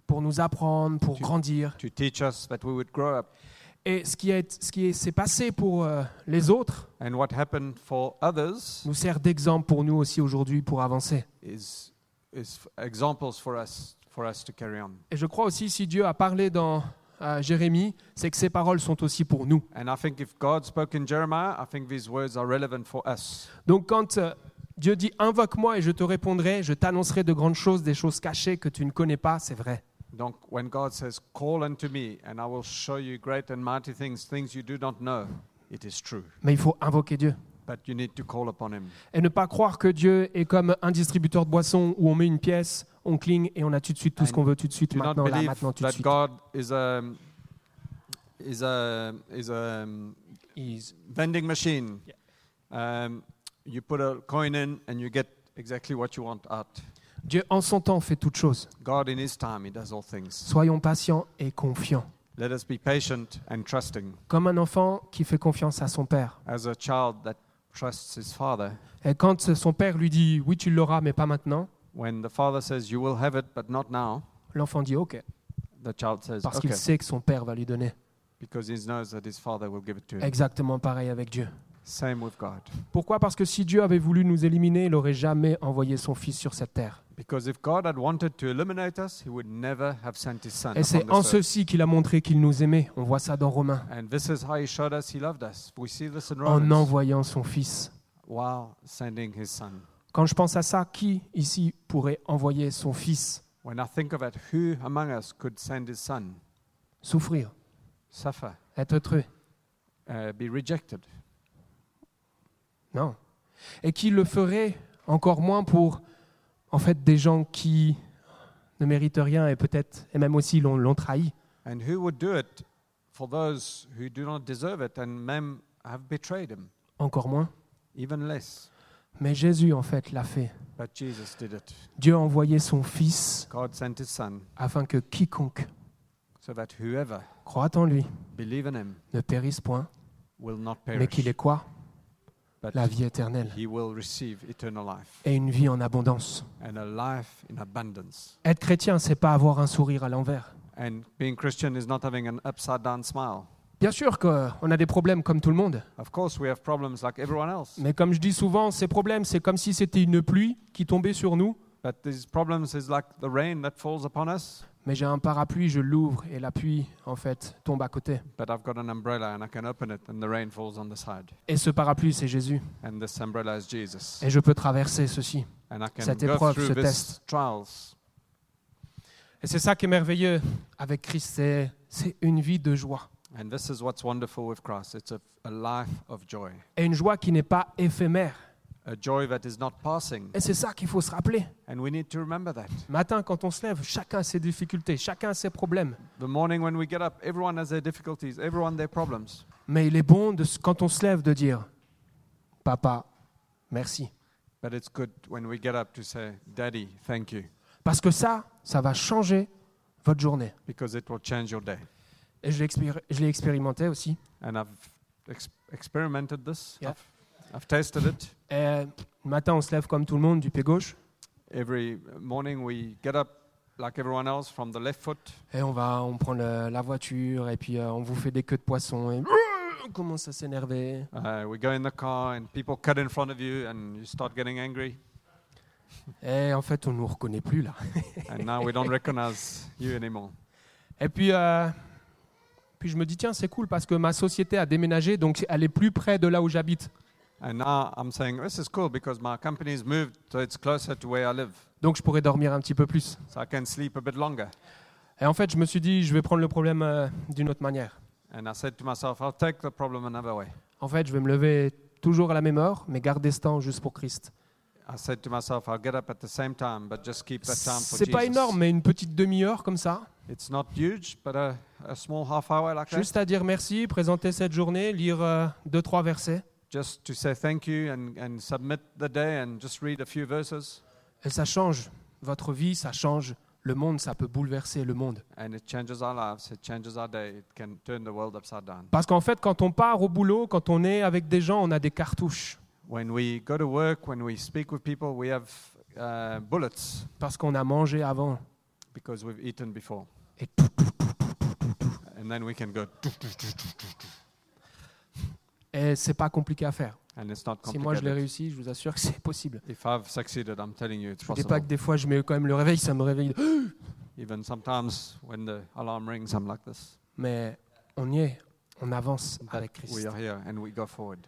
[SPEAKER 1] pour nous apprendre, pour
[SPEAKER 2] Tu-
[SPEAKER 1] grandir.
[SPEAKER 2] to teach us that we would grow up.
[SPEAKER 1] Et ce qui est- ce qui est- s'est passé pour euh, les autres
[SPEAKER 2] And what happened for others
[SPEAKER 1] nous sert d'exemple pour nous aussi aujourd'hui pour avancer.
[SPEAKER 2] is, is f- examples for us, for us to carry on.
[SPEAKER 1] Et je crois aussi, si Dieu a parlé dans euh, Jérémie, c'est que ses paroles sont aussi pour nous.
[SPEAKER 2] And I think if God spoke in Jeremiah, I think these words are relevant for us.
[SPEAKER 1] Donc quand euh, Dieu dit invoque-moi et je te répondrai, je t'annoncerai de grandes choses, des choses cachées que tu ne connais pas, c'est vrai.
[SPEAKER 2] Donc, when God says, Call unto me, and I will show you great and mighty things, things you do not know, it is true.
[SPEAKER 1] Mais il faut invoquer Dieu.
[SPEAKER 2] But you need to call upon Him.
[SPEAKER 1] Et ne pas croire que Dieu est comme un distributeur de boissons où on met une pièce, on cligne et on a tout de suite tout ce qu'on veut tout de suite,
[SPEAKER 2] Do not
[SPEAKER 1] maintenant, là,
[SPEAKER 2] believe
[SPEAKER 1] maintenant, tout de
[SPEAKER 2] that
[SPEAKER 1] suite.
[SPEAKER 2] God is a, is a, is a
[SPEAKER 1] Is-
[SPEAKER 2] vending machine. Um, you put a coin in and you get exactly what you want out.
[SPEAKER 1] Dieu, en son temps, fait toutes choses.
[SPEAKER 2] God, in His time, He does all things.
[SPEAKER 1] Soyons patients et confiants.
[SPEAKER 2] Let us be patient and trusting
[SPEAKER 1] Comme un enfant qui fait confiance à son père.
[SPEAKER 2] as a child that trusts his father.
[SPEAKER 1] Et quand son père lui dit Oui, tu l'auras, mais pas maintenant,
[SPEAKER 2] When the father says, You will have it, but not now,
[SPEAKER 1] l'enfant dit Ok,
[SPEAKER 2] the child says,
[SPEAKER 1] parce
[SPEAKER 2] Okay,
[SPEAKER 1] qu'il sait que son père va lui donner.
[SPEAKER 2] because he knows that his father will give it to him.
[SPEAKER 1] Exactement pareil avec Dieu.
[SPEAKER 2] Same with God.
[SPEAKER 1] Pourquoi Parce que si Dieu avait voulu nous éliminer, il n'aurait jamais envoyé son fils sur cette terre.
[SPEAKER 2] Because if God had wanted to eliminate us, he would never have sent his son.
[SPEAKER 1] Et c'est
[SPEAKER 2] upon
[SPEAKER 1] en
[SPEAKER 2] this earth.
[SPEAKER 1] ceci qu'il a montré qu'il nous aimait. On voit ça dans Romains.
[SPEAKER 2] And this is how he showed us he loved us. We see this in
[SPEAKER 1] En
[SPEAKER 2] Romans
[SPEAKER 1] envoyant son fils.
[SPEAKER 2] while sending his son.
[SPEAKER 1] Quand je pense à ça, qui ici pourrait envoyer son fils
[SPEAKER 2] When I think of it, who among us could send his son?
[SPEAKER 1] souffrir,
[SPEAKER 2] Suffer,
[SPEAKER 1] être tué
[SPEAKER 2] uh, be rejected.
[SPEAKER 1] Non. Et qui le ferait encore moins pour, en fait, des gens qui ne méritent rien et peut-être, et même aussi l'ont l'ont trahi.
[SPEAKER 2] And who would do it for those who do not deserve it and mem have betrayed him?
[SPEAKER 1] Encore moins.
[SPEAKER 2] Even less.
[SPEAKER 1] Mais Jésus, en fait, l'a fait.
[SPEAKER 2] But Jesus did it.
[SPEAKER 1] Dieu a envoyé son fils
[SPEAKER 2] God sent his son
[SPEAKER 1] afin que quiconque
[SPEAKER 2] so that whoever
[SPEAKER 1] croit en lui
[SPEAKER 2] believe in him
[SPEAKER 1] ne périsse point,
[SPEAKER 2] will not
[SPEAKER 1] mais
[SPEAKER 2] perish,
[SPEAKER 1] qu'il ait quoi
[SPEAKER 2] but
[SPEAKER 1] La vie éternelle
[SPEAKER 2] he will receive eternal life
[SPEAKER 1] et une vie en abondance.
[SPEAKER 2] and a life in abundance.
[SPEAKER 1] Être chrétien, c'est pas avoir un sourire à l'envers.
[SPEAKER 2] And being Christian is not having an upside down smile.
[SPEAKER 1] Bien sûr qu'on a des problèmes comme tout le monde,
[SPEAKER 2] Of course, we have problems like everyone else,
[SPEAKER 1] mais comme je dis souvent, ces problèmes, c'est comme si c'était une pluie qui tombait sur nous,
[SPEAKER 2] but these problems is like the rain that falls upon us.
[SPEAKER 1] mais j'ai un parapluie, je l'ouvre et la pluie, en fait, tombe à côté.
[SPEAKER 2] But I've got an umbrella and I can open it, and the rain falls on the side.
[SPEAKER 1] Et ce parapluie, c'est Jésus.
[SPEAKER 2] And this umbrella is Jesus.
[SPEAKER 1] Et je peux traverser ceci.
[SPEAKER 2] And I can
[SPEAKER 1] Cette
[SPEAKER 2] go
[SPEAKER 1] épreuve,
[SPEAKER 2] through
[SPEAKER 1] Eh, ce
[SPEAKER 2] this
[SPEAKER 1] test.
[SPEAKER 2] trials.
[SPEAKER 1] Et c'est ça qui est merveilleux avec Christ, c'est- c'est une vie de joie.
[SPEAKER 2] And this is what's wonderful with Christ. It's a, a life of joy,
[SPEAKER 1] Et une joie qui n'est pas éphémère.
[SPEAKER 2] a joy that is not passing.
[SPEAKER 1] Et c'est ça qu'il faut se rappeler.
[SPEAKER 2] And we need to remember that.
[SPEAKER 1] Matin, quand on se lève, chacun a ses difficultés, chacun a ses problèmes.
[SPEAKER 2] The morning when we get up, everyone has their difficulties, everyone their problems.
[SPEAKER 1] Mais il est bon, de, s- quand on se lève, de dire Papa, merci.
[SPEAKER 2] But it's good when we get up to say, Daddy, thank you,
[SPEAKER 1] Parce que ça, ça va changer votre journée.
[SPEAKER 2] because it will change your day.
[SPEAKER 1] Et je l'ai expéri- je l'ai expérimenté aussi.
[SPEAKER 2] And I've ex- experimented this,
[SPEAKER 1] Yeah.
[SPEAKER 2] I've, I've tasted it.
[SPEAKER 1] Et le matin, on se lève comme tout le monde, du pied gauche,
[SPEAKER 2] Every morning we get up like everyone else from the left foot,
[SPEAKER 1] et on va, on prend le- la voiture, et puis euh, on vous fait des queues de poisson, et on commence à s'énerver.
[SPEAKER 2] Uh, we go in the car and people cut in front of you and you start getting angry.
[SPEAKER 1] Et en fait, on ne nous reconnaît plus là.
[SPEAKER 2] And now we don't recognize you anymore.
[SPEAKER 1] Et puis, euh, puis je me dis Tiens, c'est cool parce que ma société a déménagé, donc elle est plus près de là où j'habite.
[SPEAKER 2] And now I'm saying, this is cool because my company's moved, so it's closer to where I live.
[SPEAKER 1] Donc je pourrais dormir un petit peu plus.
[SPEAKER 2] So I can sleep a bit longer.
[SPEAKER 1] Et en fait, je me suis dit, je vais prendre le problème euh, d'une autre manière.
[SPEAKER 2] And I said to myself, I'll take the problem another way.
[SPEAKER 1] En fait, je vais me lever toujours à la même heure, mais garder ce temps juste pour Christ.
[SPEAKER 2] I said to myself, I'll get up at the same time, but just keep that time for
[SPEAKER 1] C'est pas
[SPEAKER 2] Jesus.
[SPEAKER 1] énorme, mais une petite demi-heure comme ça,
[SPEAKER 2] It's not huge, but a, a small half hour like that.
[SPEAKER 1] juste à dire merci, présenter cette journée, lire euh, deux trois versets,
[SPEAKER 2] Just to say thank you and, and submit the day and just read a few verses.
[SPEAKER 1] et ça change votre vie, ça change le monde, ça peut bouleverser le monde.
[SPEAKER 2] And it changes our lives, it changes our day, it can turn the world upside down.
[SPEAKER 1] Parce qu'en fait, quand on part au boulot, quand on est avec des gens, on a des cartouches
[SPEAKER 2] When we go to work, when we speak with people, we have uh, bullets
[SPEAKER 1] parce qu'on a mangé avant.
[SPEAKER 2] because we've eaten before.
[SPEAKER 1] Et tout.
[SPEAKER 2] And then we can go,
[SPEAKER 1] Et c'est pas compliqué à faire.
[SPEAKER 2] and it's not
[SPEAKER 1] Si moi je l'ai
[SPEAKER 2] complicated.
[SPEAKER 1] réussi, je vous assure que c'est possible.
[SPEAKER 2] If I've succeeded, I'm telling you, it's
[SPEAKER 1] Je dis pas
[SPEAKER 2] possible.
[SPEAKER 1] que des fois je mets quand même le réveil, ça me réveille.
[SPEAKER 2] Even sometimes when the alarm rings, I'm like this.
[SPEAKER 1] Mais on y est, on avance avec
[SPEAKER 2] We
[SPEAKER 1] Christ.
[SPEAKER 2] are here and we go forward.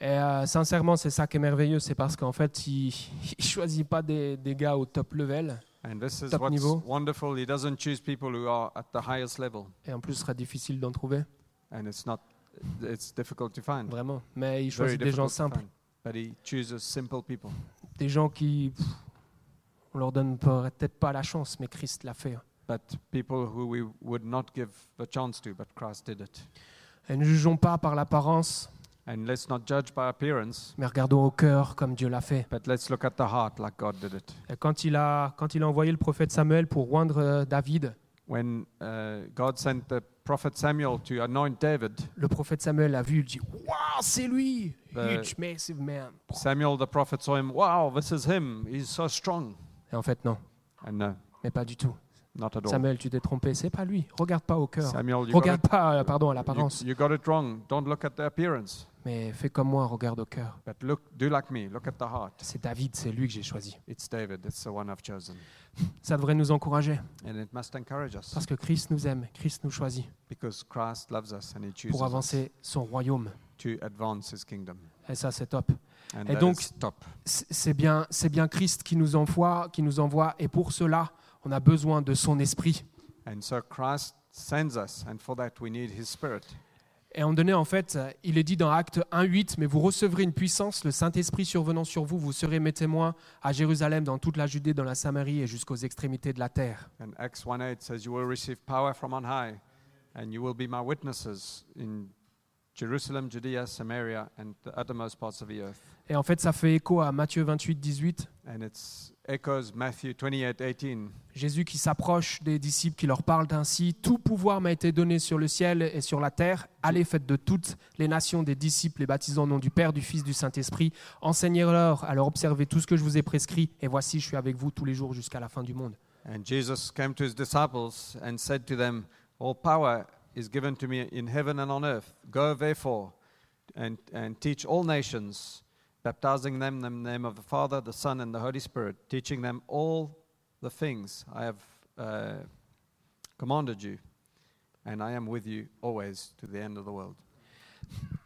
[SPEAKER 1] Et euh, sincèrement, c'est ça qui est merveilleux, c'est parce qu'en fait, il ne choisit pas des, des gars au top level,
[SPEAKER 2] And this is
[SPEAKER 1] Top
[SPEAKER 2] what's
[SPEAKER 1] niveau.
[SPEAKER 2] wonderful. He doesn't choose people who are at the highest level,
[SPEAKER 1] et en plus, ce sera difficile d'en trouver,
[SPEAKER 2] and it's not, it's difficult to find.
[SPEAKER 1] vraiment. Mais il
[SPEAKER 2] Very
[SPEAKER 1] choisit des gens
[SPEAKER 2] difficult to
[SPEAKER 1] simples,
[SPEAKER 2] find. But he chooses simple people.
[SPEAKER 1] des gens qui, pff, on leur donne peut-être pas la chance, mais Christ l'a fait. hein.
[SPEAKER 2] But people who we would not give the chance to, but Christ did it.
[SPEAKER 1] Et ne jugeons pas par l'apparence,
[SPEAKER 2] And let's not judge by appearance,
[SPEAKER 1] mais regardons au cœur comme Dieu l'a fait.
[SPEAKER 2] but let's look at the heart like God did it.
[SPEAKER 1] Et quand il a, quand il a envoyé le prophète Samuel pour oindre euh, David,
[SPEAKER 2] When uh, God sent the prophet Samuel to anoint David,
[SPEAKER 1] le prophète Samuel l'a vu, il dit Waouh, c'est lui
[SPEAKER 2] the-
[SPEAKER 1] Huge, massive man.
[SPEAKER 2] Samuel the prophet saw him, wow, this is him. He's so strong.
[SPEAKER 1] Et en fait, non,
[SPEAKER 2] And no,
[SPEAKER 1] mais pas du tout.
[SPEAKER 2] not at all.
[SPEAKER 1] Samuel, tu t'es trompé, c'est pas lui. Regarde pas au cœur.
[SPEAKER 2] Samuel, you got,
[SPEAKER 1] Regarde pas, euh, pardon, à
[SPEAKER 2] it,
[SPEAKER 1] l'apparence.
[SPEAKER 2] you, you got it wrong. Don't look at the appearance,
[SPEAKER 1] Mais fais comme moi, regarde au cœur.
[SPEAKER 2] but look, do like me. Look at the heart.
[SPEAKER 1] C'est David, c'est lui que j'ai choisi.
[SPEAKER 2] It's David. It's the one I've chosen.
[SPEAKER 1] Ça devrait nous encourager,
[SPEAKER 2] And it must encourage us
[SPEAKER 1] parce que Christ nous aime, Christ nous choisit
[SPEAKER 2] because Christ loves us and he chooses
[SPEAKER 1] pour
[SPEAKER 2] us
[SPEAKER 1] avancer son royaume.
[SPEAKER 2] to advance his kingdom.
[SPEAKER 1] Et ça, c'est top.
[SPEAKER 2] And
[SPEAKER 1] Et
[SPEAKER 2] that
[SPEAKER 1] donc-
[SPEAKER 2] is top.
[SPEAKER 1] C'est c'est bien, c'est bien Christ qui nous envoie, qui nous envoie, et pour cela, on a besoin de son esprit.
[SPEAKER 2] And so Christ sends us, and for that we need his spirit.
[SPEAKER 1] Et en donné, en fait, euh, il est dit dans Acte 1.8, mais vous recevrez une puissance, le Saint-Esprit survenant sur vous, vous serez mes témoins à Jérusalem, dans toute la Judée, dans la Samarie et jusqu'aux extrémités de la terre.
[SPEAKER 2] And Acts 1.8 says, You will receive power from on high, and you will be my witnesses in Jerusalem, Judea, Samaria, and the uttermost parts of the earth.
[SPEAKER 1] Et en fait, ça fait écho à Matthieu 28, 18,
[SPEAKER 2] And it echoes Matthew 28.18.
[SPEAKER 1] Jésus qui s'approche des disciples, qui leur parle ainsi Tout pouvoir m'a été donné sur le ciel et sur la terre. Allez, faites de toutes les nations des disciples, les baptisant au nom du Père, du Fils, du Saint-Esprit. Enseignez-leur à leur observer tout ce que je vous ai prescrit. Et voici, je suis avec vous tous les jours jusqu'à la fin du monde.
[SPEAKER 2] And Jesus came to his disciples and said to them, All power is given to me in heaven and on earth. Go therefore and, and teach all nations, baptizing them in the name of the Father, the Son, and the Holy Spirit, teaching them all the things I have uh, commanded you. And I am with you always to the end of the world.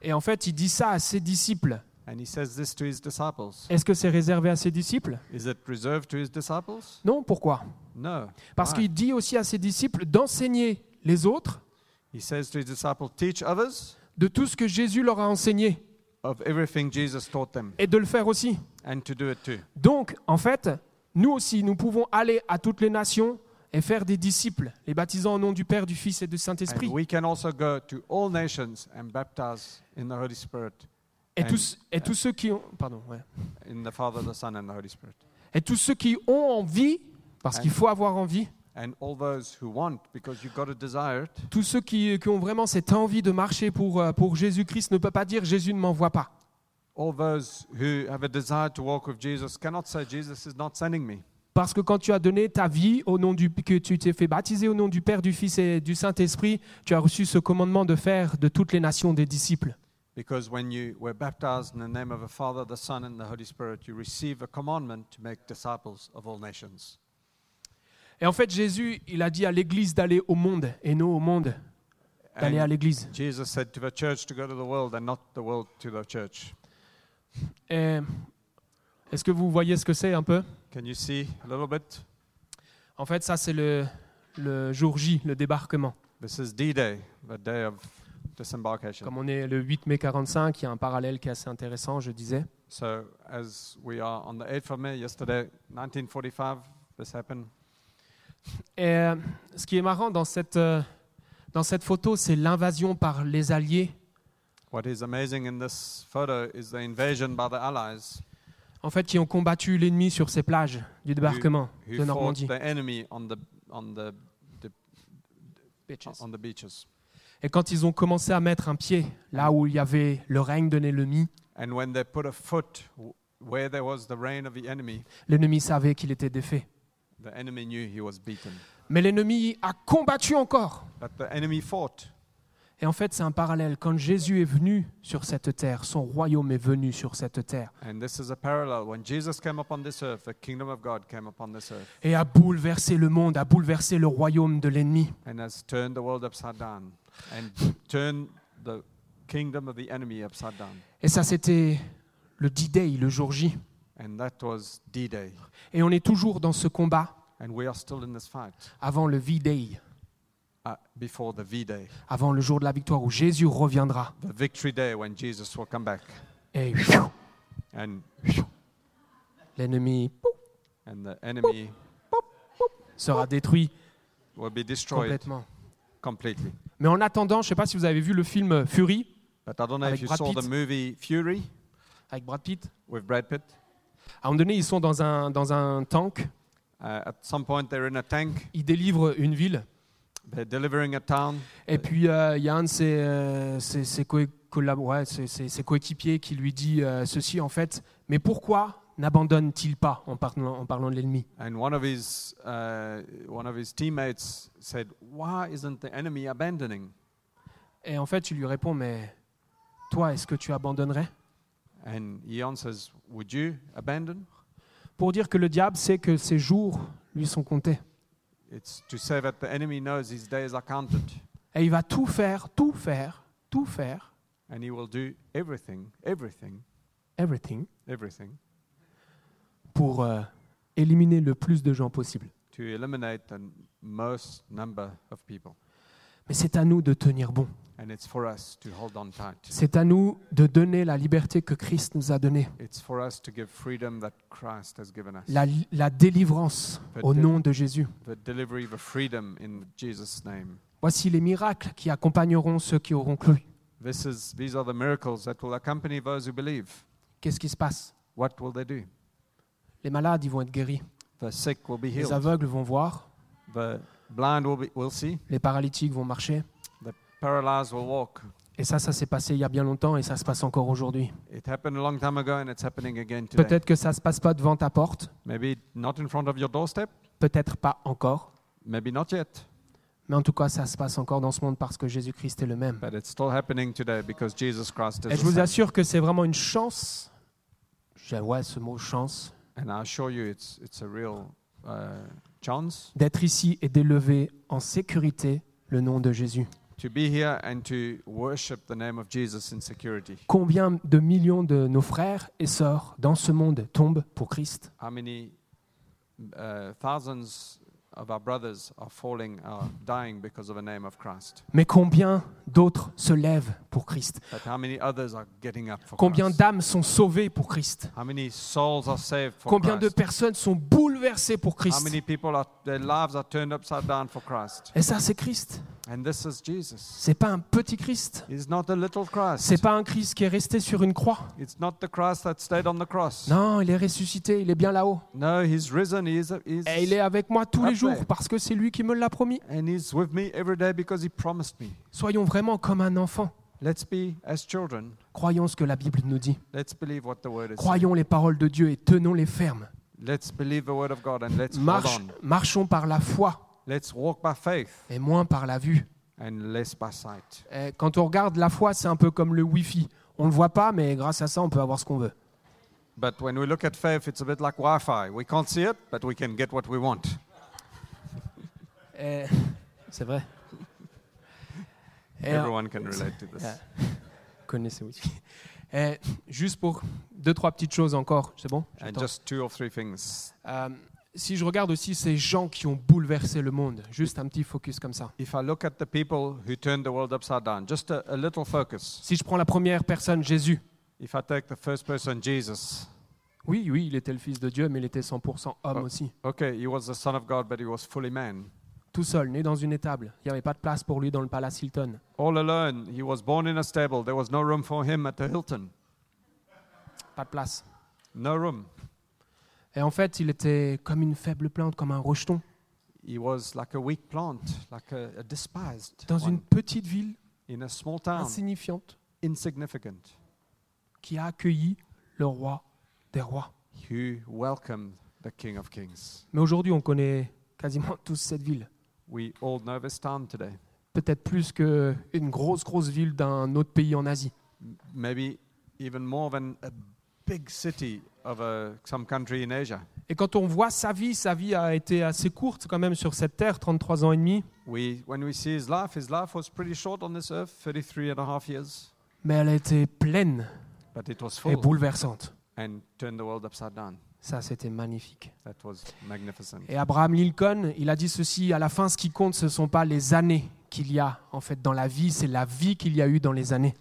[SPEAKER 1] Et en fait, il dit ça à ses disciples.
[SPEAKER 2] And he says this to his disciples.
[SPEAKER 1] Est-ce que c'est réservé à ses disciples
[SPEAKER 2] Is it reserved to his disciples?
[SPEAKER 1] Non, pourquoi
[SPEAKER 2] No.
[SPEAKER 1] Parce
[SPEAKER 2] Why?
[SPEAKER 1] qu'il dit aussi à ses disciples d'enseigner les autres
[SPEAKER 2] he says to his disciples, Teach others
[SPEAKER 1] de tout ce que Jésus leur a enseigné
[SPEAKER 2] of everything Jesus taught them.
[SPEAKER 1] et de le faire aussi.
[SPEAKER 2] and to do it too.
[SPEAKER 1] Donc, en fait, nous aussi, nous pouvons aller à toutes les nations et faire des disciples, les baptisant au nom du Père, du Fils et du Saint-Esprit.
[SPEAKER 2] And we can also go to all nations and baptize in the Holy Spirit,
[SPEAKER 1] Et, tous, et tous ceux qui ont, pardon, ouais.
[SPEAKER 2] in the Father, the Son, and the Holy Spirit.
[SPEAKER 1] et tous ceux qui ont envie, parce qu'il faut avoir envie,
[SPEAKER 2] And all those who want, because you've got to desire it,
[SPEAKER 1] tous ceux qui, qui ont vraiment cette envie de marcher pour, euh, pour Jésus-Christ ne peuvent pas dire Jésus ne m'envoie pas.
[SPEAKER 2] all those who have a desire to walk with Jesus cannot say, Jesus is not sending me.
[SPEAKER 1] Parce que quand tu as donné ta vie au nom du que tu t'es fait baptiser au nom du Père, du Fils et du Saint-Esprit, tu as reçu ce commandement de faire de toutes les nations des disciples.
[SPEAKER 2] Because when you were baptized in the name of the Father, the Son, and the Holy Spirit, you receive a commandment to make disciples of all nations.
[SPEAKER 1] Et en fait, Jésus, il a dit à l'Église d'aller au monde et non au monde d'aller à
[SPEAKER 2] And
[SPEAKER 1] l'Église.
[SPEAKER 2] Jesus said to the church to go to the world and not the world to the church.
[SPEAKER 1] Et Est-ce que vous voyez ce que c'est un peu
[SPEAKER 2] Can you see a little bit?
[SPEAKER 1] En fait, ça, c'est le, le jour J, le débarquement.
[SPEAKER 2] This is D-Day, the day of disembarkation.
[SPEAKER 1] Comme on est le 8 mai 45, il y a un parallèle qui est assez intéressant, je disais.
[SPEAKER 2] So, as we are on the 8th of May, yesterday, 1945, this happened.
[SPEAKER 1] Et euh, ce qui est marrant dans cette, euh, dans cette photo, c'est l'invasion par les Alliés.
[SPEAKER 2] What is amazing in this photo is the invasion by the Allies
[SPEAKER 1] en fait, qui ont combattu l'ennemi sur ces plages du débarquement
[SPEAKER 2] who
[SPEAKER 1] de
[SPEAKER 2] fought
[SPEAKER 1] Normandie.
[SPEAKER 2] the enemy on the on the on the beaches.
[SPEAKER 1] Et quand ils ont commencé à mettre un pied là où il y avait le règne de l'ennemi,
[SPEAKER 2] And when they put a foot w- where there was the reign of the enemy,
[SPEAKER 1] l'ennemi savait qu'il était défait.
[SPEAKER 2] the enemy knew he was beaten.
[SPEAKER 1] Mais l'ennemi a combattu encore.
[SPEAKER 2] But the enemy fought.
[SPEAKER 1] Et en fait, c'est un parallèle. Quand Jésus est venu sur cette terre, son royaume est venu sur cette terre
[SPEAKER 2] And this is a parallel. When Jesus came upon this earth, the kingdom of God came upon this earth
[SPEAKER 1] et a bouleversé le monde, a bouleversé le royaume de l'ennemi.
[SPEAKER 2] and has turned the world upside down and turned the kingdom of the enemy upside down.
[SPEAKER 1] Et ça, c'était le D-Day, le jour J.
[SPEAKER 2] And that was D Day.
[SPEAKER 1] Et on est toujours dans ce combat
[SPEAKER 2] And we are still in this fight
[SPEAKER 1] avant le V-Day,
[SPEAKER 2] uh, before the V Day,
[SPEAKER 1] avant le jour de la victoire où Jésus reviendra.
[SPEAKER 2] the victory day when Jesus will come back.
[SPEAKER 1] Et
[SPEAKER 2] And,
[SPEAKER 1] l'ennemi pouf,
[SPEAKER 2] and the enemy
[SPEAKER 1] sera détruit
[SPEAKER 2] will be destroyed
[SPEAKER 1] complètement.
[SPEAKER 2] completely.
[SPEAKER 1] Mais en attendant, je ne sais pas si vous avez vu le film Fury
[SPEAKER 2] But I don't know
[SPEAKER 1] Avec
[SPEAKER 2] if you
[SPEAKER 1] Brad
[SPEAKER 2] saw the
[SPEAKER 1] Pitt.
[SPEAKER 2] movie Fury
[SPEAKER 1] avec Brad Pitt.
[SPEAKER 2] with Brad Pitt.
[SPEAKER 1] À un moment donné, ils sont dans un, dans un tank,
[SPEAKER 2] Uh, at some point, they're in a tank
[SPEAKER 1] ils délivrent une ville
[SPEAKER 2] They're delivering a town.
[SPEAKER 1] Et puis, euh, il y a un de ses, euh, ses- ses co- collab- ouais, ses- ses- ses coéquipiers qui lui dit euh, ceci en fait Mais pourquoi n'abandonne-t-il pas en parlant, en parlant de l'ennemi
[SPEAKER 2] And one of his, uh, one of his teammates said, Why isn't the enemy abandoning?
[SPEAKER 1] Et en fait, tu lui réponds Mais toi, est-ce que tu abandonnerais
[SPEAKER 2] And he answers, Would you abandon?
[SPEAKER 1] Pour dire que le diable sait que ses jours lui sont comptés.
[SPEAKER 2] It's to say that the enemy knows his days are counted
[SPEAKER 1] Et il va tout faire, tout faire, tout faire,
[SPEAKER 2] and he will do everything, everything,
[SPEAKER 1] everything,
[SPEAKER 2] everything
[SPEAKER 1] pour euh, éliminer le plus de gens possible.
[SPEAKER 2] to eliminate the most number of people.
[SPEAKER 1] Mais c'est à nous de tenir bon.
[SPEAKER 2] And it's for us to hold on tight.
[SPEAKER 1] C'est à nous de donner la liberté que Christ nous a donnée,
[SPEAKER 2] It's for us to give freedom that Christ has given us.
[SPEAKER 1] la, la délivrance au nom de Jésus.
[SPEAKER 2] The delivery of freedom in Jesus' name.
[SPEAKER 1] Voici les miracles qui accompagneront ceux qui auront cru.
[SPEAKER 2] This is, these are the miracles that will accompany those who believe.
[SPEAKER 1] Qu'est-ce qui se passe
[SPEAKER 2] What will they do?
[SPEAKER 1] Les malades, ils vont être guéris.
[SPEAKER 2] The sick will be
[SPEAKER 1] Les
[SPEAKER 2] healed.
[SPEAKER 1] aveugles vont voir.
[SPEAKER 2] The blind will, be, will see.
[SPEAKER 1] Les paralytiques vont marcher.
[SPEAKER 2] Paralyzed will walk.
[SPEAKER 1] Et ça, ça s'est passé il y a bien longtemps et ça se passe encore aujourd'hui.
[SPEAKER 2] It happened a long time ago and it's happening again today.
[SPEAKER 1] Peut-être que ça ne se passe pas devant ta porte,
[SPEAKER 2] Maybe not in front of your doorstep.
[SPEAKER 1] peut-être pas encore,
[SPEAKER 2] Maybe not yet.
[SPEAKER 1] mais en tout cas, ça se passe encore dans ce monde parce que Jésus-Christ est le même.
[SPEAKER 2] But it's still happening today because Jesus Christ
[SPEAKER 1] Et
[SPEAKER 2] is
[SPEAKER 1] je
[SPEAKER 2] the
[SPEAKER 1] vous
[SPEAKER 2] same.
[SPEAKER 1] assure que c'est vraiment une chance. J'ai- Ouais, ce mot chance,
[SPEAKER 2] And I assure you, it's, it's a real uh, chance
[SPEAKER 1] d'être ici et d'élever en sécurité le nom de Jésus.
[SPEAKER 2] to be here and to worship the name of Jesus in security.
[SPEAKER 1] Combien de millions de nos frères et sœurs dans ce monde tombent pour Christ
[SPEAKER 2] How many uh, thousands of our brothers are falling, are dying because of the name of Christ?
[SPEAKER 1] Mais combien d'autres se lèvent pour Christ
[SPEAKER 2] But how many others are getting up for
[SPEAKER 1] Combien
[SPEAKER 2] Christ?
[SPEAKER 1] d'âmes sont sauvées pour Christ
[SPEAKER 2] How many souls are saved for
[SPEAKER 1] Combien de
[SPEAKER 2] Christ?
[SPEAKER 1] personnes sont bouleversées pour
[SPEAKER 2] How
[SPEAKER 1] Christ
[SPEAKER 2] many people are their lives are turned upside down for Christ?
[SPEAKER 1] Et ça, c'est Christ.
[SPEAKER 2] And this is Jesus.
[SPEAKER 1] C'est pas un petit Christ.
[SPEAKER 2] He's not a little Christ.
[SPEAKER 1] C'est pas un Christ qui est resté sur une croix.
[SPEAKER 2] It's not the Christ that stayed on the cross.
[SPEAKER 1] Non, il est ressuscité, il est bien là-haut.
[SPEAKER 2] No, he's risen. He is, he is-
[SPEAKER 1] Et il est avec moi tous les
[SPEAKER 2] Après.
[SPEAKER 1] jours parce que c'est lui qui me l'a promis.
[SPEAKER 2] and he's with me every day because he promised me.
[SPEAKER 1] Soyons vraiment comme un enfant.
[SPEAKER 2] Let's be as children.
[SPEAKER 1] Croyons ce que la Bible nous dit.
[SPEAKER 2] Let's believe what the word is.
[SPEAKER 1] Croyons les paroles de Dieu et tenons-les fermes.
[SPEAKER 2] Let's believe the word of God and let's
[SPEAKER 1] Marche-
[SPEAKER 2] hold on.
[SPEAKER 1] marchons par la foi
[SPEAKER 2] Let's walk by faith
[SPEAKER 1] et moins par la vue.
[SPEAKER 2] and less by sight.
[SPEAKER 1] Eh, Quand on regarde la foi, c'est un peu comme le Wi-Fi. On ne le voit pas, mais grâce à ça, on peut avoir ce qu'on veut.
[SPEAKER 2] But when we look at faith, it's a bit like Wi-Fi. We can't see it, but we can get what we want.
[SPEAKER 1] Eh, C'est vrai. Eh,
[SPEAKER 2] Everyone can relate to this.
[SPEAKER 1] Yeah. connaissez Wi-Fi. Eh, juste pour deux, trois petites choses encore, c'est bon J'ai le
[SPEAKER 2] And
[SPEAKER 1] temps.
[SPEAKER 2] just two or three things.
[SPEAKER 1] Euh, Si je regarde aussi ces gens qui ont bouleversé le monde, juste un petit focus comme ça.
[SPEAKER 2] If I look at the people who turned the world upside down, just a, a little focus.
[SPEAKER 1] Si je prends la première personne, Jésus,
[SPEAKER 2] If I take the first person, Jesus,
[SPEAKER 1] Oui, oui, il était le Fils de Dieu, mais il était 100% homme
[SPEAKER 2] Oh.
[SPEAKER 1] aussi.
[SPEAKER 2] Okay, he was the Son of God, but he was fully man.
[SPEAKER 1] Tout seul, né dans une étable. Il n'y avait pas de place pour lui dans le palace Hilton.
[SPEAKER 2] All alone, he was born in a stable. There was no room for him at the Hilton.
[SPEAKER 1] Pas de place.
[SPEAKER 2] No room.
[SPEAKER 1] Et en fait, il était comme une faible plante, comme un rejeton,
[SPEAKER 2] He was like a weak plant, like a, a despised
[SPEAKER 1] dans
[SPEAKER 2] one
[SPEAKER 1] une petite ville
[SPEAKER 2] in a small
[SPEAKER 1] Ah.
[SPEAKER 2] town,
[SPEAKER 1] insignifiante
[SPEAKER 2] insignificant,
[SPEAKER 1] qui a accueilli le roi des rois.
[SPEAKER 2] who welcomed the King of Kings.
[SPEAKER 1] Mais aujourd'hui, on connaît quasiment tous cette ville.
[SPEAKER 2] We all know this town today.
[SPEAKER 1] Peut-être plus qu'une grosse, grosse ville d'un autre pays en Asie.
[SPEAKER 2] M- Maybe even more than a big city of a, some country in Asia.
[SPEAKER 1] Et quand on voit sa vie, sa vie a été assez courte quand même sur cette terre, 33 ans et demi,
[SPEAKER 2] We, when we see his life, his life was pretty short on this earth, 33 and a half years,
[SPEAKER 1] mais elle a été pleine
[SPEAKER 2] but it was
[SPEAKER 1] et
[SPEAKER 2] full
[SPEAKER 1] bouleversante.
[SPEAKER 2] and turned the world upside down.
[SPEAKER 1] Ça, c'était magnifique.
[SPEAKER 2] That was magnificent.
[SPEAKER 1] Et Abraham Lincoln, il a dit ceci, à la fin, ce qui compte, ce ne sont pas les années qu'il y a en fait dans la vie, c'est la vie qu'il y a eu dans les années.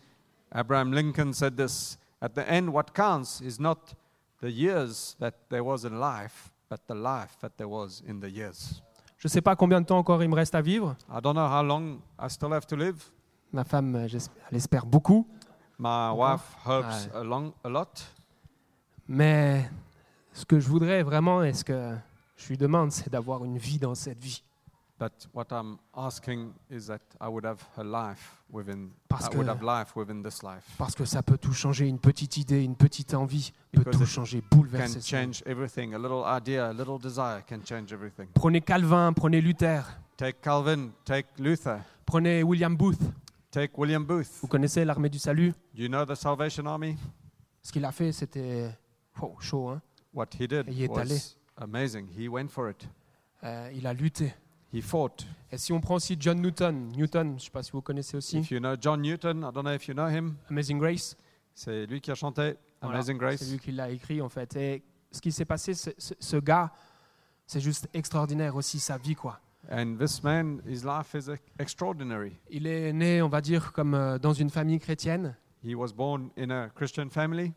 [SPEAKER 2] Abraham Lincoln said this At the end, what counts is not the years that there was in life, but the life that there was in the years.
[SPEAKER 1] Je ne sais pas combien de temps encore il me reste à vivre.
[SPEAKER 2] I don't know how long I still have to live.
[SPEAKER 1] Ma femme, euh, j'espère- elle espère beaucoup.
[SPEAKER 2] My
[SPEAKER 1] Encore?
[SPEAKER 2] wife hopes
[SPEAKER 1] Ah.
[SPEAKER 2] a, long, a lot.
[SPEAKER 1] Mais ce que je voudrais vraiment, et ce que je lui demande, c'est d'avoir une vie dans cette vie.
[SPEAKER 2] But what I'm asking is that I would have her life within.
[SPEAKER 1] Parce
[SPEAKER 2] I would
[SPEAKER 1] que-
[SPEAKER 2] have life within this life.
[SPEAKER 1] Parce que ça peut tout changer, une petite idée, une petite envie peut
[SPEAKER 2] Because
[SPEAKER 1] tout
[SPEAKER 2] it
[SPEAKER 1] changer,
[SPEAKER 2] Can
[SPEAKER 1] bouleverser. ce monde.
[SPEAKER 2] change everything. A little idea, a little desire can change everything.
[SPEAKER 1] Prenez Calvin, prenez Luther,
[SPEAKER 2] Take Calvin. Take Luther.
[SPEAKER 1] prenez William Booth.
[SPEAKER 2] Take William Booth.
[SPEAKER 1] Vous connaissez l'armée du salut
[SPEAKER 2] Do you know the Salvation Army?
[SPEAKER 1] Ce qu'il a fait, c'était wow, chaud. Hein
[SPEAKER 2] What he did
[SPEAKER 1] Y est allé.
[SPEAKER 2] was amazing. He went for it.
[SPEAKER 1] Euh, il a lutté.
[SPEAKER 2] He fought.
[SPEAKER 1] Et si on prend aussi John Newton, Newton, je ne sais pas si vous connaissez aussi,
[SPEAKER 2] If you know John Newton, I don't know if you know him.
[SPEAKER 1] Amazing Grace,
[SPEAKER 2] C'est lui qui a chanté
[SPEAKER 1] Voilà,
[SPEAKER 2] Amazing
[SPEAKER 1] c'est
[SPEAKER 2] Grace.
[SPEAKER 1] lui qui l'a écrit en fait. Et ce qui s'est passé, c'est- ce- ce gars, c'est juste extraordinaire aussi sa vie quoi.
[SPEAKER 2] And this man, his life is e- extraordinary.
[SPEAKER 1] Il est né, on va dire, comme euh, dans une famille chrétienne.
[SPEAKER 2] He was born in a Christian family.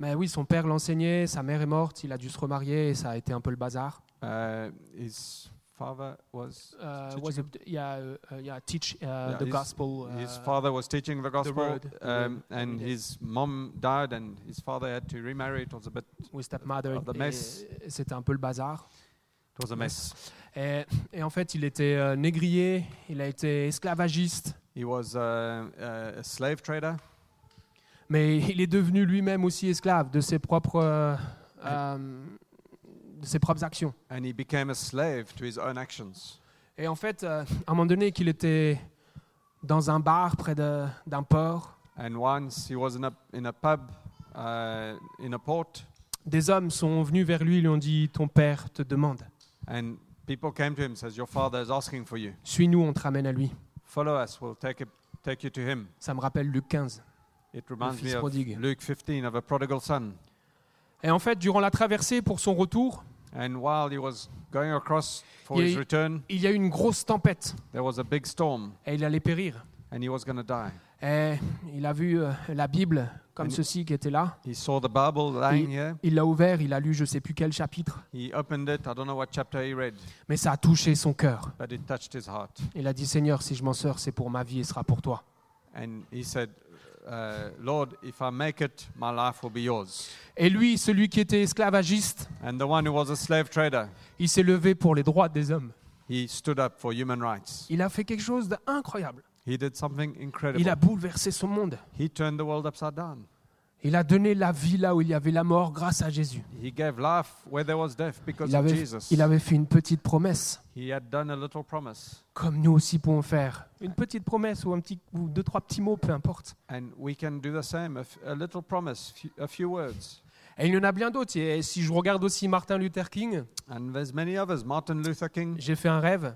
[SPEAKER 1] Mais oui, son père l'enseignait, sa mère est morte, il a dû se remarier et ça a été un peu le bazar.
[SPEAKER 2] Uh, his father was
[SPEAKER 1] Euh,
[SPEAKER 2] Teaching.
[SPEAKER 1] was a, yeah, uh, yeah, teach uh, the
[SPEAKER 2] his-
[SPEAKER 1] gospel.
[SPEAKER 2] his
[SPEAKER 1] uh,
[SPEAKER 2] father was teaching the gospel,
[SPEAKER 1] road, the
[SPEAKER 2] um,
[SPEAKER 1] road,
[SPEAKER 2] and
[SPEAKER 1] yes.
[SPEAKER 2] his mom died, and his father had to remarry. It was a bit,
[SPEAKER 1] with stepmother,
[SPEAKER 2] of the
[SPEAKER 1] et-
[SPEAKER 2] mess.
[SPEAKER 1] et c'était un peu le bazar.
[SPEAKER 2] it was a mess.
[SPEAKER 1] Et, et en fait, il était euh, négrier, il a été esclavagiste,
[SPEAKER 2] He was uh, uh, a slave trader.
[SPEAKER 1] mais il est devenu lui-même aussi esclave de ses propres, euh, euh, de ses propres actions.
[SPEAKER 2] and he became a slave to his own actions.
[SPEAKER 1] Et en fait, euh, à un moment donné, qu'il était dans un bar près de- d'un port,
[SPEAKER 2] And once he was in a, in a pub uh, in a port,
[SPEAKER 1] des hommes sont venus vers lui, lui ont dit Ton père te demande,
[SPEAKER 2] and people came to him says, "Your father is asking for you.
[SPEAKER 1] suis-nous, on te ramène à lui.
[SPEAKER 2] Follow us. We'll take it, take you to him."
[SPEAKER 1] Ça me rappelle Luc 15,
[SPEAKER 2] It
[SPEAKER 1] le
[SPEAKER 2] reminds me
[SPEAKER 1] fils
[SPEAKER 2] of
[SPEAKER 1] prodigue.
[SPEAKER 2] Luke 15 of a prodigal son.
[SPEAKER 1] Et en fait, durant la traversée pour son retour,
[SPEAKER 2] And while he was going across for
[SPEAKER 1] Il y a
[SPEAKER 2] his
[SPEAKER 1] eu-
[SPEAKER 2] return,
[SPEAKER 1] il y a eu une grosse tempête
[SPEAKER 2] there was a big storm,
[SPEAKER 1] et il allait périr.
[SPEAKER 2] and he was going to die.
[SPEAKER 1] Et Eh, il a vu euh, la Bible comme
[SPEAKER 2] Une-
[SPEAKER 1] ceci qui était là.
[SPEAKER 2] He saw the Bible lying here.
[SPEAKER 1] Il l'a ouvert, il a lu je sais plus quel chapitre,
[SPEAKER 2] He opened it. I don't know what chapter he read,
[SPEAKER 1] mais ça a touché son cœur.
[SPEAKER 2] but it touched his heart.
[SPEAKER 1] Il a dit Seigneur, si je m'en sors, c'est pour ma vie et sera pour toi.
[SPEAKER 2] And he said, uh, Lord, if I make it, my life will be yours.
[SPEAKER 1] Et lui, celui qui était esclavagiste,
[SPEAKER 2] And the one who was a slave trader,
[SPEAKER 1] il s'est levé pour les droits des hommes.
[SPEAKER 2] he stood up for human rights.
[SPEAKER 1] Il a fait quelque chose d'incroyable.
[SPEAKER 2] He did something
[SPEAKER 1] Il a
[SPEAKER 2] incredible.
[SPEAKER 1] bouleversé son monde.
[SPEAKER 2] He turned the world upside down.
[SPEAKER 1] Il a donné la vie là où il y avait la mort grâce à Jésus.
[SPEAKER 2] He gave life where there was death because
[SPEAKER 1] Il
[SPEAKER 2] of
[SPEAKER 1] avait,
[SPEAKER 2] Jesus.
[SPEAKER 1] il avait fait une petite promesse,
[SPEAKER 2] He had done a little promise.
[SPEAKER 1] comme nous aussi pouvons faire. Une petite promesse ou, un petit, ou deux, trois petits mots, peu importe.
[SPEAKER 2] And we can do the same a, f- a little promise, few- a few words.
[SPEAKER 1] Et il y en a bien d'autres. Et si je regarde aussi Martin Luther King,
[SPEAKER 2] And there's many others. Martin Luther King,
[SPEAKER 1] j'ai fait un rêve.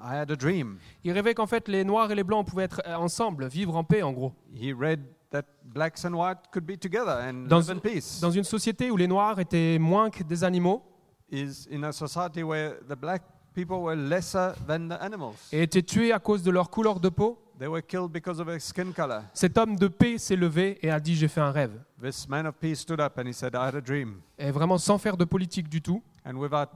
[SPEAKER 2] I had a dream.
[SPEAKER 1] Il rêvait qu'en fait les noirs et les blancs pouvaient être euh, ensemble, vivre en paix en gros.
[SPEAKER 2] He read that blacks and white could be together and
[SPEAKER 1] Dans-
[SPEAKER 2] live in peace.
[SPEAKER 1] Dans une société où les noirs étaient moins que des animaux
[SPEAKER 2] is in a society where the black people were lesser than the animals.
[SPEAKER 1] et étaient tués à cause de leur couleur de peau,
[SPEAKER 2] They were killed because of their skin color.
[SPEAKER 1] cet homme de paix s'est levé et a dit j'ai fait un rêve.
[SPEAKER 2] This man of peace stood up and he said, I had a dream.
[SPEAKER 1] Et vraiment sans faire de politique du tout,
[SPEAKER 2] And without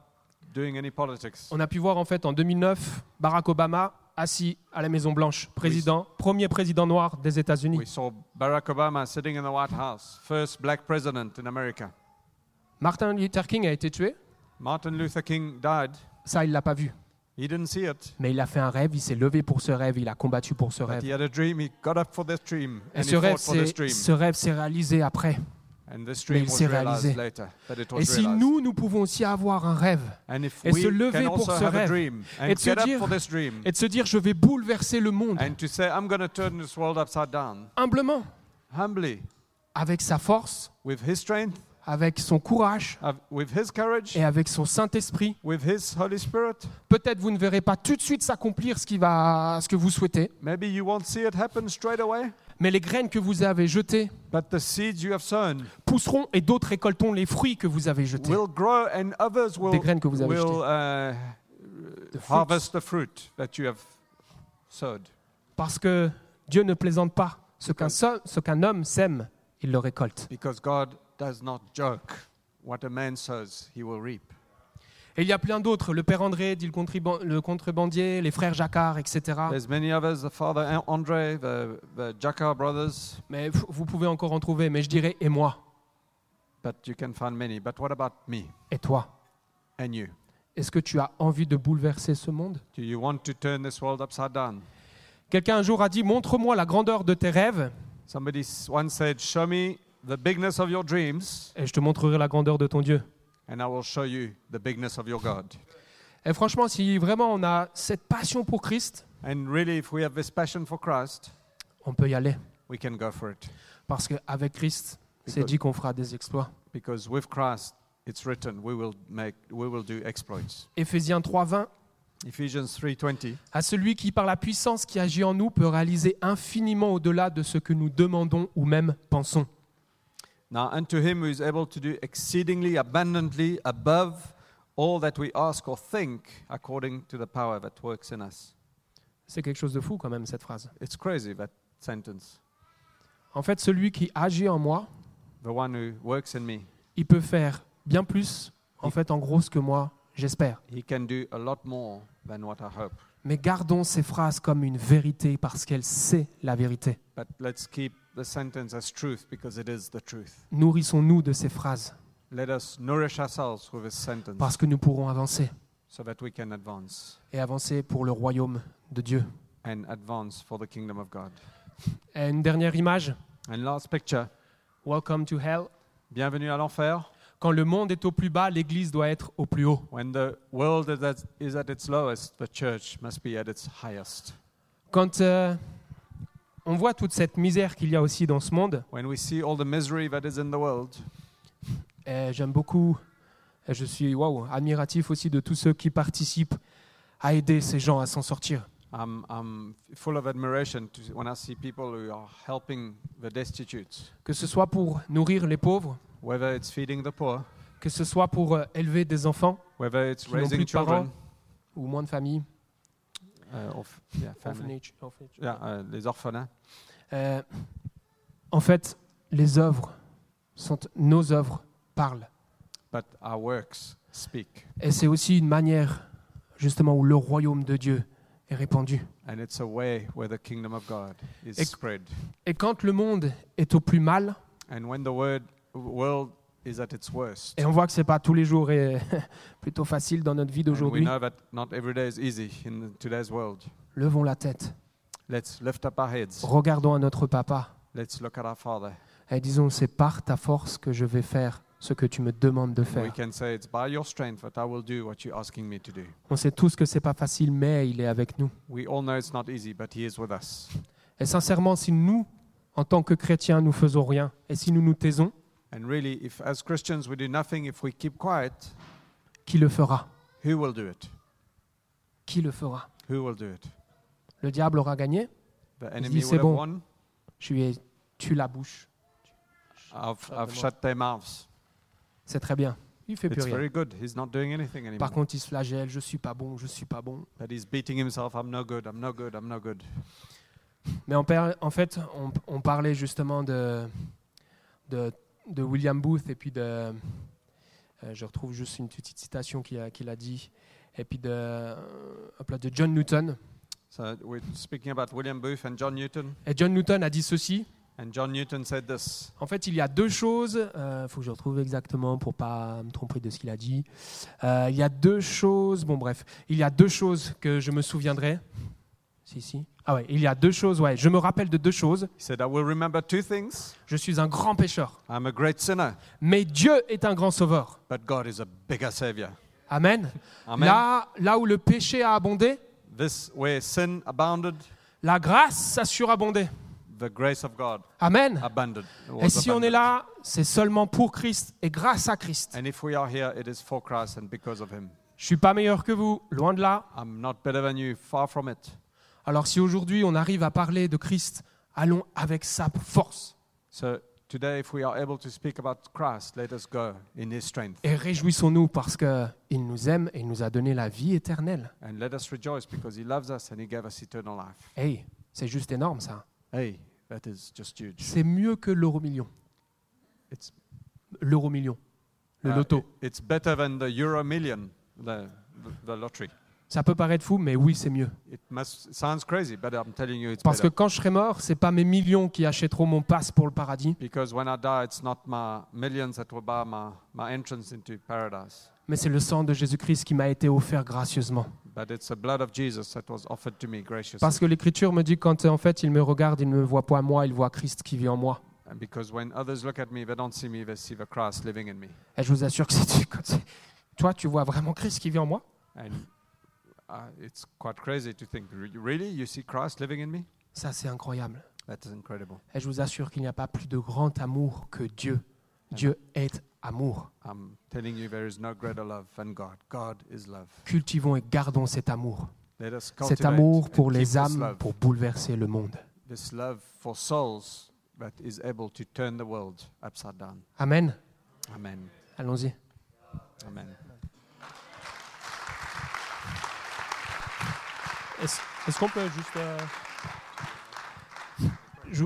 [SPEAKER 2] doing any politics,
[SPEAKER 1] on a pu voir en fait en 2009 Barack Obama assis à la Maison Blanche, président, premier président noir des
[SPEAKER 2] we
[SPEAKER 1] États-Unis.
[SPEAKER 2] saw Barack Obama sitting in the White House, first black president in America.
[SPEAKER 1] Martin Luther King a été tué,
[SPEAKER 2] Martin Luther King died.
[SPEAKER 1] ça il l'a pas vu,
[SPEAKER 2] He didn't see it,
[SPEAKER 1] mais il a fait un rêve, il s'est levé pour ce rêve, il a combattu pour ce
[SPEAKER 2] but he
[SPEAKER 1] rêve.
[SPEAKER 2] had a dream. He got up for this dream
[SPEAKER 1] Et
[SPEAKER 2] and
[SPEAKER 1] ce
[SPEAKER 2] he
[SPEAKER 1] rêve,
[SPEAKER 2] fought for this
[SPEAKER 1] c'est-
[SPEAKER 2] dream.
[SPEAKER 1] ce rêve s'est réalisé après.
[SPEAKER 2] And this
[SPEAKER 1] Mais
[SPEAKER 2] dream
[SPEAKER 1] il
[SPEAKER 2] was
[SPEAKER 1] s'est réalisé.
[SPEAKER 2] realized later. That it
[SPEAKER 1] Et
[SPEAKER 2] was
[SPEAKER 1] si
[SPEAKER 2] realized.
[SPEAKER 1] nous, nous pouvons aussi avoir un rêve
[SPEAKER 2] And if
[SPEAKER 1] et
[SPEAKER 2] we
[SPEAKER 1] se lever
[SPEAKER 2] can
[SPEAKER 1] pour
[SPEAKER 2] also
[SPEAKER 1] ce
[SPEAKER 2] have a
[SPEAKER 1] rêve,
[SPEAKER 2] dream
[SPEAKER 1] et
[SPEAKER 2] and
[SPEAKER 1] de se
[SPEAKER 2] get up
[SPEAKER 1] dire-
[SPEAKER 2] for this dream,
[SPEAKER 1] et de se dire je vais bouleverser le monde
[SPEAKER 2] and to say, I'm going to turn this world upside down,
[SPEAKER 1] humblement,
[SPEAKER 2] humbly,
[SPEAKER 1] avec sa force,
[SPEAKER 2] with His strength,
[SPEAKER 1] avec son courage
[SPEAKER 2] of- with His courage,
[SPEAKER 1] et avec son Saint-Esprit.
[SPEAKER 2] with His Holy Spirit.
[SPEAKER 1] Peut-être vous ne verrez pas tout de suite s'accomplir ce, qui va, ce que vous souhaitez,
[SPEAKER 2] Maybe you won't see it happen straight away,
[SPEAKER 1] mais les graines que vous avez jetées
[SPEAKER 2] but the seeds you have sown
[SPEAKER 1] pousseront et d'autres récolteront les fruits que vous avez jetés.
[SPEAKER 2] will grow, and others will,
[SPEAKER 1] Des graines que vous avez
[SPEAKER 2] will uh,
[SPEAKER 1] The fruits.
[SPEAKER 2] harvest the fruit that you have sowed.
[SPEAKER 1] Parce que Dieu ne plaisante pas. Ce qu'un so- ce qu'un homme sème, il le récolte.
[SPEAKER 2] Because God does not joke. What a man sows, he will reap.
[SPEAKER 1] Et il y a plein d'autres, le père André dit le, contriban- le contrebandier, les frères Jacquard, etc.
[SPEAKER 2] There's many others, the father An- Andre, the, the Jacquard brothers,
[SPEAKER 1] Mais pff, vous pouvez encore en trouver, mais je dirais et moi,
[SPEAKER 2] but you can find many. But what about me
[SPEAKER 1] et toi,
[SPEAKER 2] and you?
[SPEAKER 1] Est-ce que tu as envie de bouleverser ce monde
[SPEAKER 2] Do you want to turn this world upside down?
[SPEAKER 1] Quelqu'un un jour a dit, montre-moi la grandeur de tes rêves
[SPEAKER 2] Somebody s- once said, Show me the bigness of your dreams,
[SPEAKER 1] et je te montrerai la grandeur de ton Dieu.
[SPEAKER 2] and I will show you the bigness of your God.
[SPEAKER 1] Et franchement, si vraiment on a cette passion pour Christ,
[SPEAKER 2] And really, if we have this passion for Christ,
[SPEAKER 1] on peut y aller.
[SPEAKER 2] we can go for it.
[SPEAKER 1] Parce qu'avec Christ, c'est
[SPEAKER 2] Because-
[SPEAKER 1] dit qu'on fera des exploits.
[SPEAKER 2] Because with Christ, it's written, we will, make, we will do exploits.
[SPEAKER 1] Éphésiens 3.20,
[SPEAKER 2] Ephesians 3.20,
[SPEAKER 1] à celui qui par la puissance qui agit en nous peut réaliser infiniment au-delà de ce que nous demandons ou même pensons.
[SPEAKER 2] Now unto him who is able to do exceedingly abundantly above all that we ask or think, according to the power that works in us.
[SPEAKER 1] C'est quelque chose de fou quand même cette phrase.
[SPEAKER 2] It's crazy, that sentence.
[SPEAKER 1] En fait, celui qui agit en moi,
[SPEAKER 2] The one who works in me,
[SPEAKER 1] il peut faire bien plus, en fait, en gros, ce que moi, j'espère.
[SPEAKER 2] he can do a lot more than what I hope.
[SPEAKER 1] Mais gardons ces phrases comme une vérité parce qu'elle sait la vérité.
[SPEAKER 2] But let's keep the sentence as truth because it is the truth.
[SPEAKER 1] Nourrissons-nous de ces phrases
[SPEAKER 2] Let us nourish ourselves with this sentence
[SPEAKER 1] parce que nous pourrons avancer
[SPEAKER 2] so that we can advance
[SPEAKER 1] et avancer pour le royaume de Dieu.
[SPEAKER 2] and advance for the kingdom of God.
[SPEAKER 1] Et une dernière image,
[SPEAKER 2] And last picture,
[SPEAKER 1] Welcome to Hell.
[SPEAKER 2] bienvenue à l'enfer.
[SPEAKER 1] Quand le monde est au plus bas, l'Église doit être au plus haut.
[SPEAKER 2] When the world is at, is at its lowest, the church must be at its highest.
[SPEAKER 1] Quand euh, on voit toute cette misère qu'il y a aussi dans ce monde,
[SPEAKER 2] When we see all the misery that is in the world,
[SPEAKER 1] et j'aime beaucoup, et je suis waouh, admiratif aussi de tous ceux qui participent à aider ces gens à s'en sortir.
[SPEAKER 2] I'm, I'm full of admiration to, when I see people who are helping the destitute,
[SPEAKER 1] Que ce soit pour nourrir les pauvres,
[SPEAKER 2] whether it's feeding the poor,
[SPEAKER 1] que ce soit pour euh, élever des enfants
[SPEAKER 2] whether it's
[SPEAKER 1] Qui n'ont plus
[SPEAKER 2] raising
[SPEAKER 1] de parents.
[SPEAKER 2] children,
[SPEAKER 1] ou moins de familles,
[SPEAKER 2] uh, or f- yeah, family.
[SPEAKER 1] orphanage, orphanage.
[SPEAKER 2] Yeah, uh, les orphelins.
[SPEAKER 1] Euh, en fait, les œuvres sont nos œuvres parlent.
[SPEAKER 2] But our works speak.
[SPEAKER 1] Et c'est aussi une manière justement où le royaume de Dieu est répandu.
[SPEAKER 2] And it's a way where the kingdom of God is
[SPEAKER 1] Ex-
[SPEAKER 2] spread.
[SPEAKER 1] Et quand le monde est au plus mal,
[SPEAKER 2] And when the word, world is at its worst,
[SPEAKER 1] et on voit que c'est pas tous les jours et plutôt facile dans notre vie
[SPEAKER 2] and we
[SPEAKER 1] d'aujourd'hui,
[SPEAKER 2] know that not every day is easy in today's world.
[SPEAKER 1] levons la tête,
[SPEAKER 2] Let's lift up our heads.
[SPEAKER 1] regardons à notre papa
[SPEAKER 2] Let's look at our Father.
[SPEAKER 1] et disons c'est par ta force que je vais faire ce que tu me demandes de
[SPEAKER 2] And we
[SPEAKER 1] faire.
[SPEAKER 2] can say, It's by your strength that I will do what you're asking me to do.
[SPEAKER 1] On sait tous que c'est pas facile, mais il est avec nous.
[SPEAKER 2] We all know it's not easy, but He is with us.
[SPEAKER 1] Et sincèrement, si nous, en tant que chrétiens, nous faisons rien et si nous nous taisons,
[SPEAKER 2] And really, if as Christians we do nothing, if we keep quiet,
[SPEAKER 1] qui le fera
[SPEAKER 2] who will do it?
[SPEAKER 1] Qui le fera
[SPEAKER 2] Who will do it?
[SPEAKER 1] Le diable aura gagné.
[SPEAKER 2] The
[SPEAKER 1] dit,
[SPEAKER 2] enemy
[SPEAKER 1] "C'est
[SPEAKER 2] will have
[SPEAKER 1] bon."
[SPEAKER 2] won.
[SPEAKER 1] Je lui ai tu la bouche.
[SPEAKER 2] I've,
[SPEAKER 1] Shut
[SPEAKER 2] I've
[SPEAKER 1] them
[SPEAKER 2] shut their mouths.
[SPEAKER 1] C'est très bien. Il fait plus
[SPEAKER 2] It's
[SPEAKER 1] rien.
[SPEAKER 2] very good. He's not doing anything
[SPEAKER 1] Par
[SPEAKER 2] anymore.
[SPEAKER 1] contre, il se flagelle, je suis pas bon, je suis pas bon.
[SPEAKER 2] But he's beating himself. I'm no good. I'm no good. I'm no good.
[SPEAKER 1] Mais en, per- en fait, on, on parlait justement de, de, de William Booth et puis de. euh, je retrouve juste une petite citation qu'il a, qu'il a dit. Et puis de, euh, hop là, de John Newton.
[SPEAKER 2] So we're speaking about William Booth and John Newton.
[SPEAKER 1] Et John Newton a dit ceci.
[SPEAKER 2] And John Newton said this.
[SPEAKER 1] En fait, il y a deux choses. Il faut que je retrouve exactement pour pas me tromper de ce qu'il a dit. Euh, il y a deux choses. Bon, bref, il y a deux choses que je me souviendrai. Si, si. Ah ouais, il y a deux choses. Ouais, je me rappelle de deux choses.
[SPEAKER 2] He said, I will remember two things.
[SPEAKER 1] Je suis un grand pécheur,
[SPEAKER 2] I'm a great sinner,
[SPEAKER 1] mais Dieu est un grand sauveur.
[SPEAKER 2] but God is a bigger savior.
[SPEAKER 1] Amen.
[SPEAKER 2] Amen.
[SPEAKER 1] Là, là où le péché a abondé,
[SPEAKER 2] This where sin abounded,
[SPEAKER 1] la grâce a surabondé.
[SPEAKER 2] the grace of God
[SPEAKER 1] Amen.
[SPEAKER 2] abounded. was
[SPEAKER 1] Et si on est
[SPEAKER 2] abundant.
[SPEAKER 1] là, c'est seulement pour Christ et grâce à Christ.
[SPEAKER 2] And if we are here, it is for Christ and because of Him.
[SPEAKER 1] Je suis pas meilleur que vous, loin de là.
[SPEAKER 2] I'm not better than you, far from it.
[SPEAKER 1] Alors si aujourd'hui on arrive à parler de Christ, allons avec sa force
[SPEAKER 2] So today, if we are able to speak about Christ, let us go in His strength.
[SPEAKER 1] et réjouissons-nous parce qu'il nous aime et il nous a donné la vie éternelle.
[SPEAKER 2] And let us rejoice because He loves us and He gave us eternal life.
[SPEAKER 1] Hey, c'est juste énorme ça.
[SPEAKER 2] Hey, that is just huge.
[SPEAKER 1] C'est mieux que l'euro million.
[SPEAKER 2] It's,
[SPEAKER 1] L'euro million, le
[SPEAKER 2] uh,
[SPEAKER 1] loto.
[SPEAKER 2] it- it's better than the Euro million, the, the, the lottery.
[SPEAKER 1] Ça peut paraît être fou, mais oui, c'est mieux.
[SPEAKER 2] It must sounds crazy, but I'm telling you, it's
[SPEAKER 1] Parce que
[SPEAKER 2] better.
[SPEAKER 1] quand je serai mort, c'est pas mes millions qui achèteront mon passe pour le paradis,
[SPEAKER 2] Because when I die, it's not my millions that will buy my, my entrance into paradise,
[SPEAKER 1] mais c'est le sang de Jésus-Christ qui m'a été offert gracieusement.
[SPEAKER 2] but it's the blood of Jesus that was offered to me graciously.
[SPEAKER 1] Parce que l'Écriture me dit quand euh, en fait il me regarde, il ne me voit pas moi, il voit Christ qui vit en moi.
[SPEAKER 2] And because when others look at me, they don't see me, they see the Christ living in me.
[SPEAKER 1] Et je vous assure que c'est quand c'est- toi tu vois vraiment Christ qui vit en moi.
[SPEAKER 2] And uh, it's quite crazy to think, "Re- really? You see Christ living in me?
[SPEAKER 1] Ça c'est incroyable.
[SPEAKER 2] That is incredible.
[SPEAKER 1] Et je vous assure qu'il n'y a pas plus de grand amour que Dieu. Dieu est amour.
[SPEAKER 2] I'm telling you, there is no greater love than God. God is love.
[SPEAKER 1] Cultivons et gardons cet amour.
[SPEAKER 2] Let us cultivate
[SPEAKER 1] Cet amour
[SPEAKER 2] and
[SPEAKER 1] pour
[SPEAKER 2] keep
[SPEAKER 1] les
[SPEAKER 2] this
[SPEAKER 1] âmes,
[SPEAKER 2] love,
[SPEAKER 1] pour bouleverser le monde.
[SPEAKER 2] this love for souls that is able to turn the world upside down.
[SPEAKER 1] Amen.
[SPEAKER 2] Amen.
[SPEAKER 1] Allons-y.
[SPEAKER 2] Amen.
[SPEAKER 1] Est-ce est-ce qu'on peut juste. euh, Je...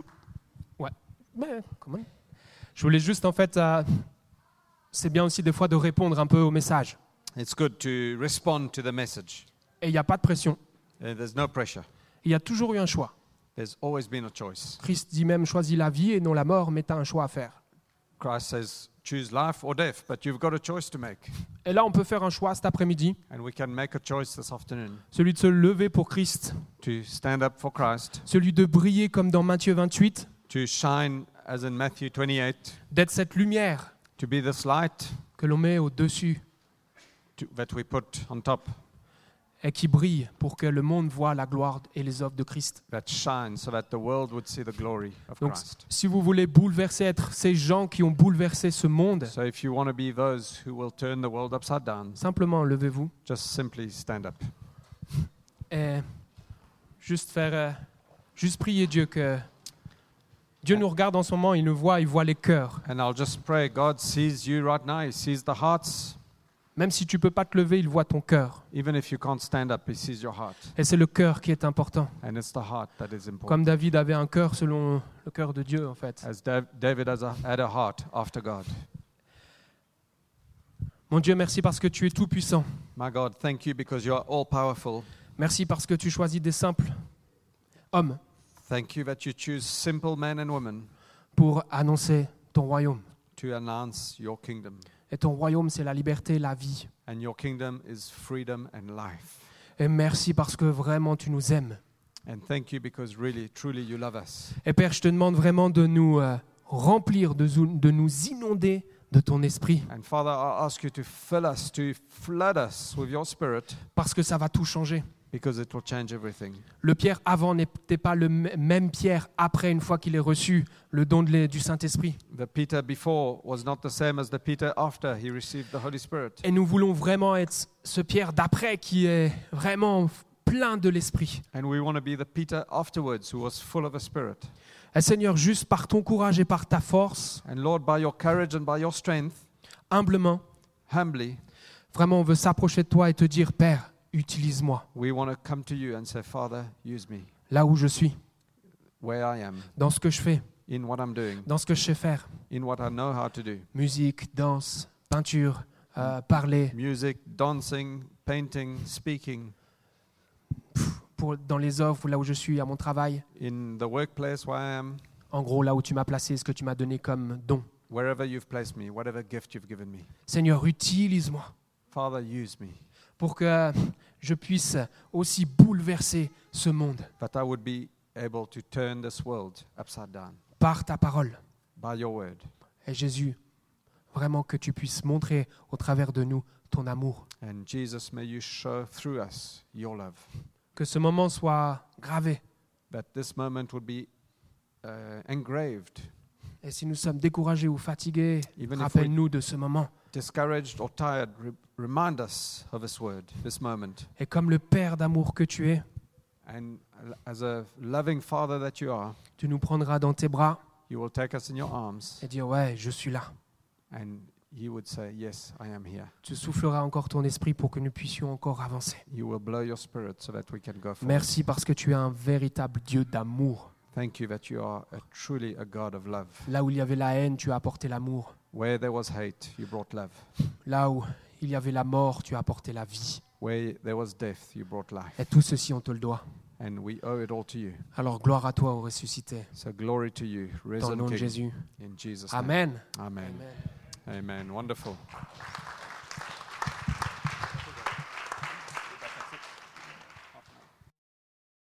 [SPEAKER 1] Ouais. Ben, comment Je voulais juste, en fait. euh, C'est bien aussi des fois de répondre un peu au message.
[SPEAKER 2] It's good to respond to the message.
[SPEAKER 1] Et il n'y a pas de pression.
[SPEAKER 2] Uh, there's no pressure.
[SPEAKER 1] Il y a toujours eu un choix.
[SPEAKER 2] There's always been a choice.
[SPEAKER 1] Christ dit même choisis la vie et non la mort, mais tu as un choix à faire.
[SPEAKER 2] Christ says, choose life or death, but you've got a choice to make.
[SPEAKER 1] Et là, on peut faire un choix cet après-midi,
[SPEAKER 2] And we can make a choice this afternoon
[SPEAKER 1] celui de se lever pour Christ,
[SPEAKER 2] to stand up for Christ,
[SPEAKER 1] celui de briller comme dans Matthieu 28,
[SPEAKER 2] to shine as in Matthew 28,
[SPEAKER 1] d'être cette lumière
[SPEAKER 2] to be this light
[SPEAKER 1] que l'on met au-dessus
[SPEAKER 2] to, that we put on top,
[SPEAKER 1] et qui brille pour que le monde voie la gloire et les œuvres de Christ.
[SPEAKER 2] that shines so that the world would see the glory of
[SPEAKER 1] Donc,
[SPEAKER 2] Christ.
[SPEAKER 1] Si vous voulez bouleverser, être ces gens qui ont bouleversé ce monde,
[SPEAKER 2] So if you want to be those who will turn the world upside down,
[SPEAKER 1] simplement levez-vous
[SPEAKER 2] just simply stand up.
[SPEAKER 1] et juste faire, euh, juste prier Dieu que Dieu nous regarde en ce moment, il nous voit, il voit les cœurs.
[SPEAKER 2] And I'll just pray God sees you right now, He sees the hearts.
[SPEAKER 1] Même si tu peux pas te lever, il voit ton cœur.
[SPEAKER 2] Even if you can't stand up, He sees your heart.
[SPEAKER 1] Et c'est le cœur qui est important.
[SPEAKER 2] And it's the heart that is important.
[SPEAKER 1] Comme David avait un cœur selon le cœur de Dieu en fait.
[SPEAKER 2] As Dav- David has a, had a heart after God.
[SPEAKER 1] Mon Dieu, merci parce que tu es tout puissant.
[SPEAKER 2] My God, thank you because you are all powerful.
[SPEAKER 1] Merci parce que tu choisis des simples hommes
[SPEAKER 2] Thank you that you choose simple men and women
[SPEAKER 1] pour annoncer ton royaume.
[SPEAKER 2] to announce your kingdom.
[SPEAKER 1] Et ton royaume, c'est la liberté, la vie.
[SPEAKER 2] And your kingdom is freedom and life.
[SPEAKER 1] Et merci parce que vraiment tu nous aimes.
[SPEAKER 2] And thank you because really, truly, you love us.
[SPEAKER 1] Et Père, je te demande vraiment de nous euh, remplir, de, zou- de nous inonder de ton esprit,
[SPEAKER 2] And Father, I ask you to fill us, to flood us with your spirit
[SPEAKER 1] parce que ça va tout changer.
[SPEAKER 2] because it will change everything.
[SPEAKER 1] Le Pierre avant n'était pas le m- même Pierre après, une fois qu'il ait reçu le don de l'e- du Saint-Esprit.
[SPEAKER 2] The Peter before was not the same as the Peter after he received the Holy Spirit.
[SPEAKER 1] Et nous voulons vraiment être ce Pierre d'après qui est vraiment f- plein de l'esprit.
[SPEAKER 2] And we want to be the Peter afterwards who was full of the Spirit.
[SPEAKER 1] Et Eh, Seigneur, juste par ton courage et par ta force,
[SPEAKER 2] And Lord, by your courage and by your strength,
[SPEAKER 1] humblement,
[SPEAKER 2] humbly,
[SPEAKER 1] vraiment on veut s'approcher de toi et te dire, Père, utilise-moi
[SPEAKER 2] we want to come to you and say, Father, use me
[SPEAKER 1] là où je suis,
[SPEAKER 2] where I am,
[SPEAKER 1] dans ce que je fais,
[SPEAKER 2] in what I'm doing,
[SPEAKER 1] dans ce que je sais faire.
[SPEAKER 2] in what I know how to do.
[SPEAKER 1] musique, danse, peinture, euh, parler,
[SPEAKER 2] Music, dancing, painting, speaking,
[SPEAKER 1] pour, dans les œuvres, là où je suis, à mon travail,
[SPEAKER 2] in the workplace where I am,
[SPEAKER 1] en gros, là où tu m'as placé, ce que tu m'as donné comme don.
[SPEAKER 2] wherever you've placed me, whatever gift you've given me.
[SPEAKER 1] Seigneur, utilise-moi
[SPEAKER 2] Father, use me,
[SPEAKER 1] pour que je puisse aussi bouleverser ce monde
[SPEAKER 2] that I would be able to turn this world upside down
[SPEAKER 1] par ta parole.
[SPEAKER 2] by your word.
[SPEAKER 1] Et Jésus, vraiment que tu puisses montrer au travers de nous ton amour.
[SPEAKER 2] And Jesus, may you show through us your love.
[SPEAKER 1] Que ce moment soit gravé.
[SPEAKER 2] That this moment would be uh, engraved,
[SPEAKER 1] Et si nous sommes découragés ou fatigués,
[SPEAKER 2] even if we
[SPEAKER 1] rappelle-nous de ce moment.
[SPEAKER 2] discouraged or tired, re- remind us of this word, this moment.
[SPEAKER 1] Et comme le Père d'amour que tu es,
[SPEAKER 2] And uh, as a loving father that you are,
[SPEAKER 1] tu nous prendras dans tes bras
[SPEAKER 2] you will take us in your arms
[SPEAKER 1] et dire, ouais, je suis là.
[SPEAKER 2] and you would say, Yes, I am here.
[SPEAKER 1] Tu souffleras encore ton esprit pour que nous puissions encore avancer.
[SPEAKER 2] You will blow your spirit so that we can go forward.
[SPEAKER 1] Merci parce que tu es un véritable Dieu d'amour.
[SPEAKER 2] Thank you that you are a, truly a God of love.
[SPEAKER 1] Là où il y avait la haine, tu as apporté l'amour.
[SPEAKER 2] Where there was hate, you brought love.
[SPEAKER 1] Là où il y avait la mort, tu as apporté la vie.
[SPEAKER 2] Where there was death, you brought life.
[SPEAKER 1] Et tout ceci, on te le doit.
[SPEAKER 2] And we owe it all to you.
[SPEAKER 1] Alors gloire à toi, au ressuscité.
[SPEAKER 2] So glory to you,
[SPEAKER 1] Dans le
[SPEAKER 2] risen
[SPEAKER 1] nom de
[SPEAKER 2] King.
[SPEAKER 1] Jésus.
[SPEAKER 2] In Jesus' name.
[SPEAKER 1] Amen.
[SPEAKER 2] Amen. Amen. Wonderful.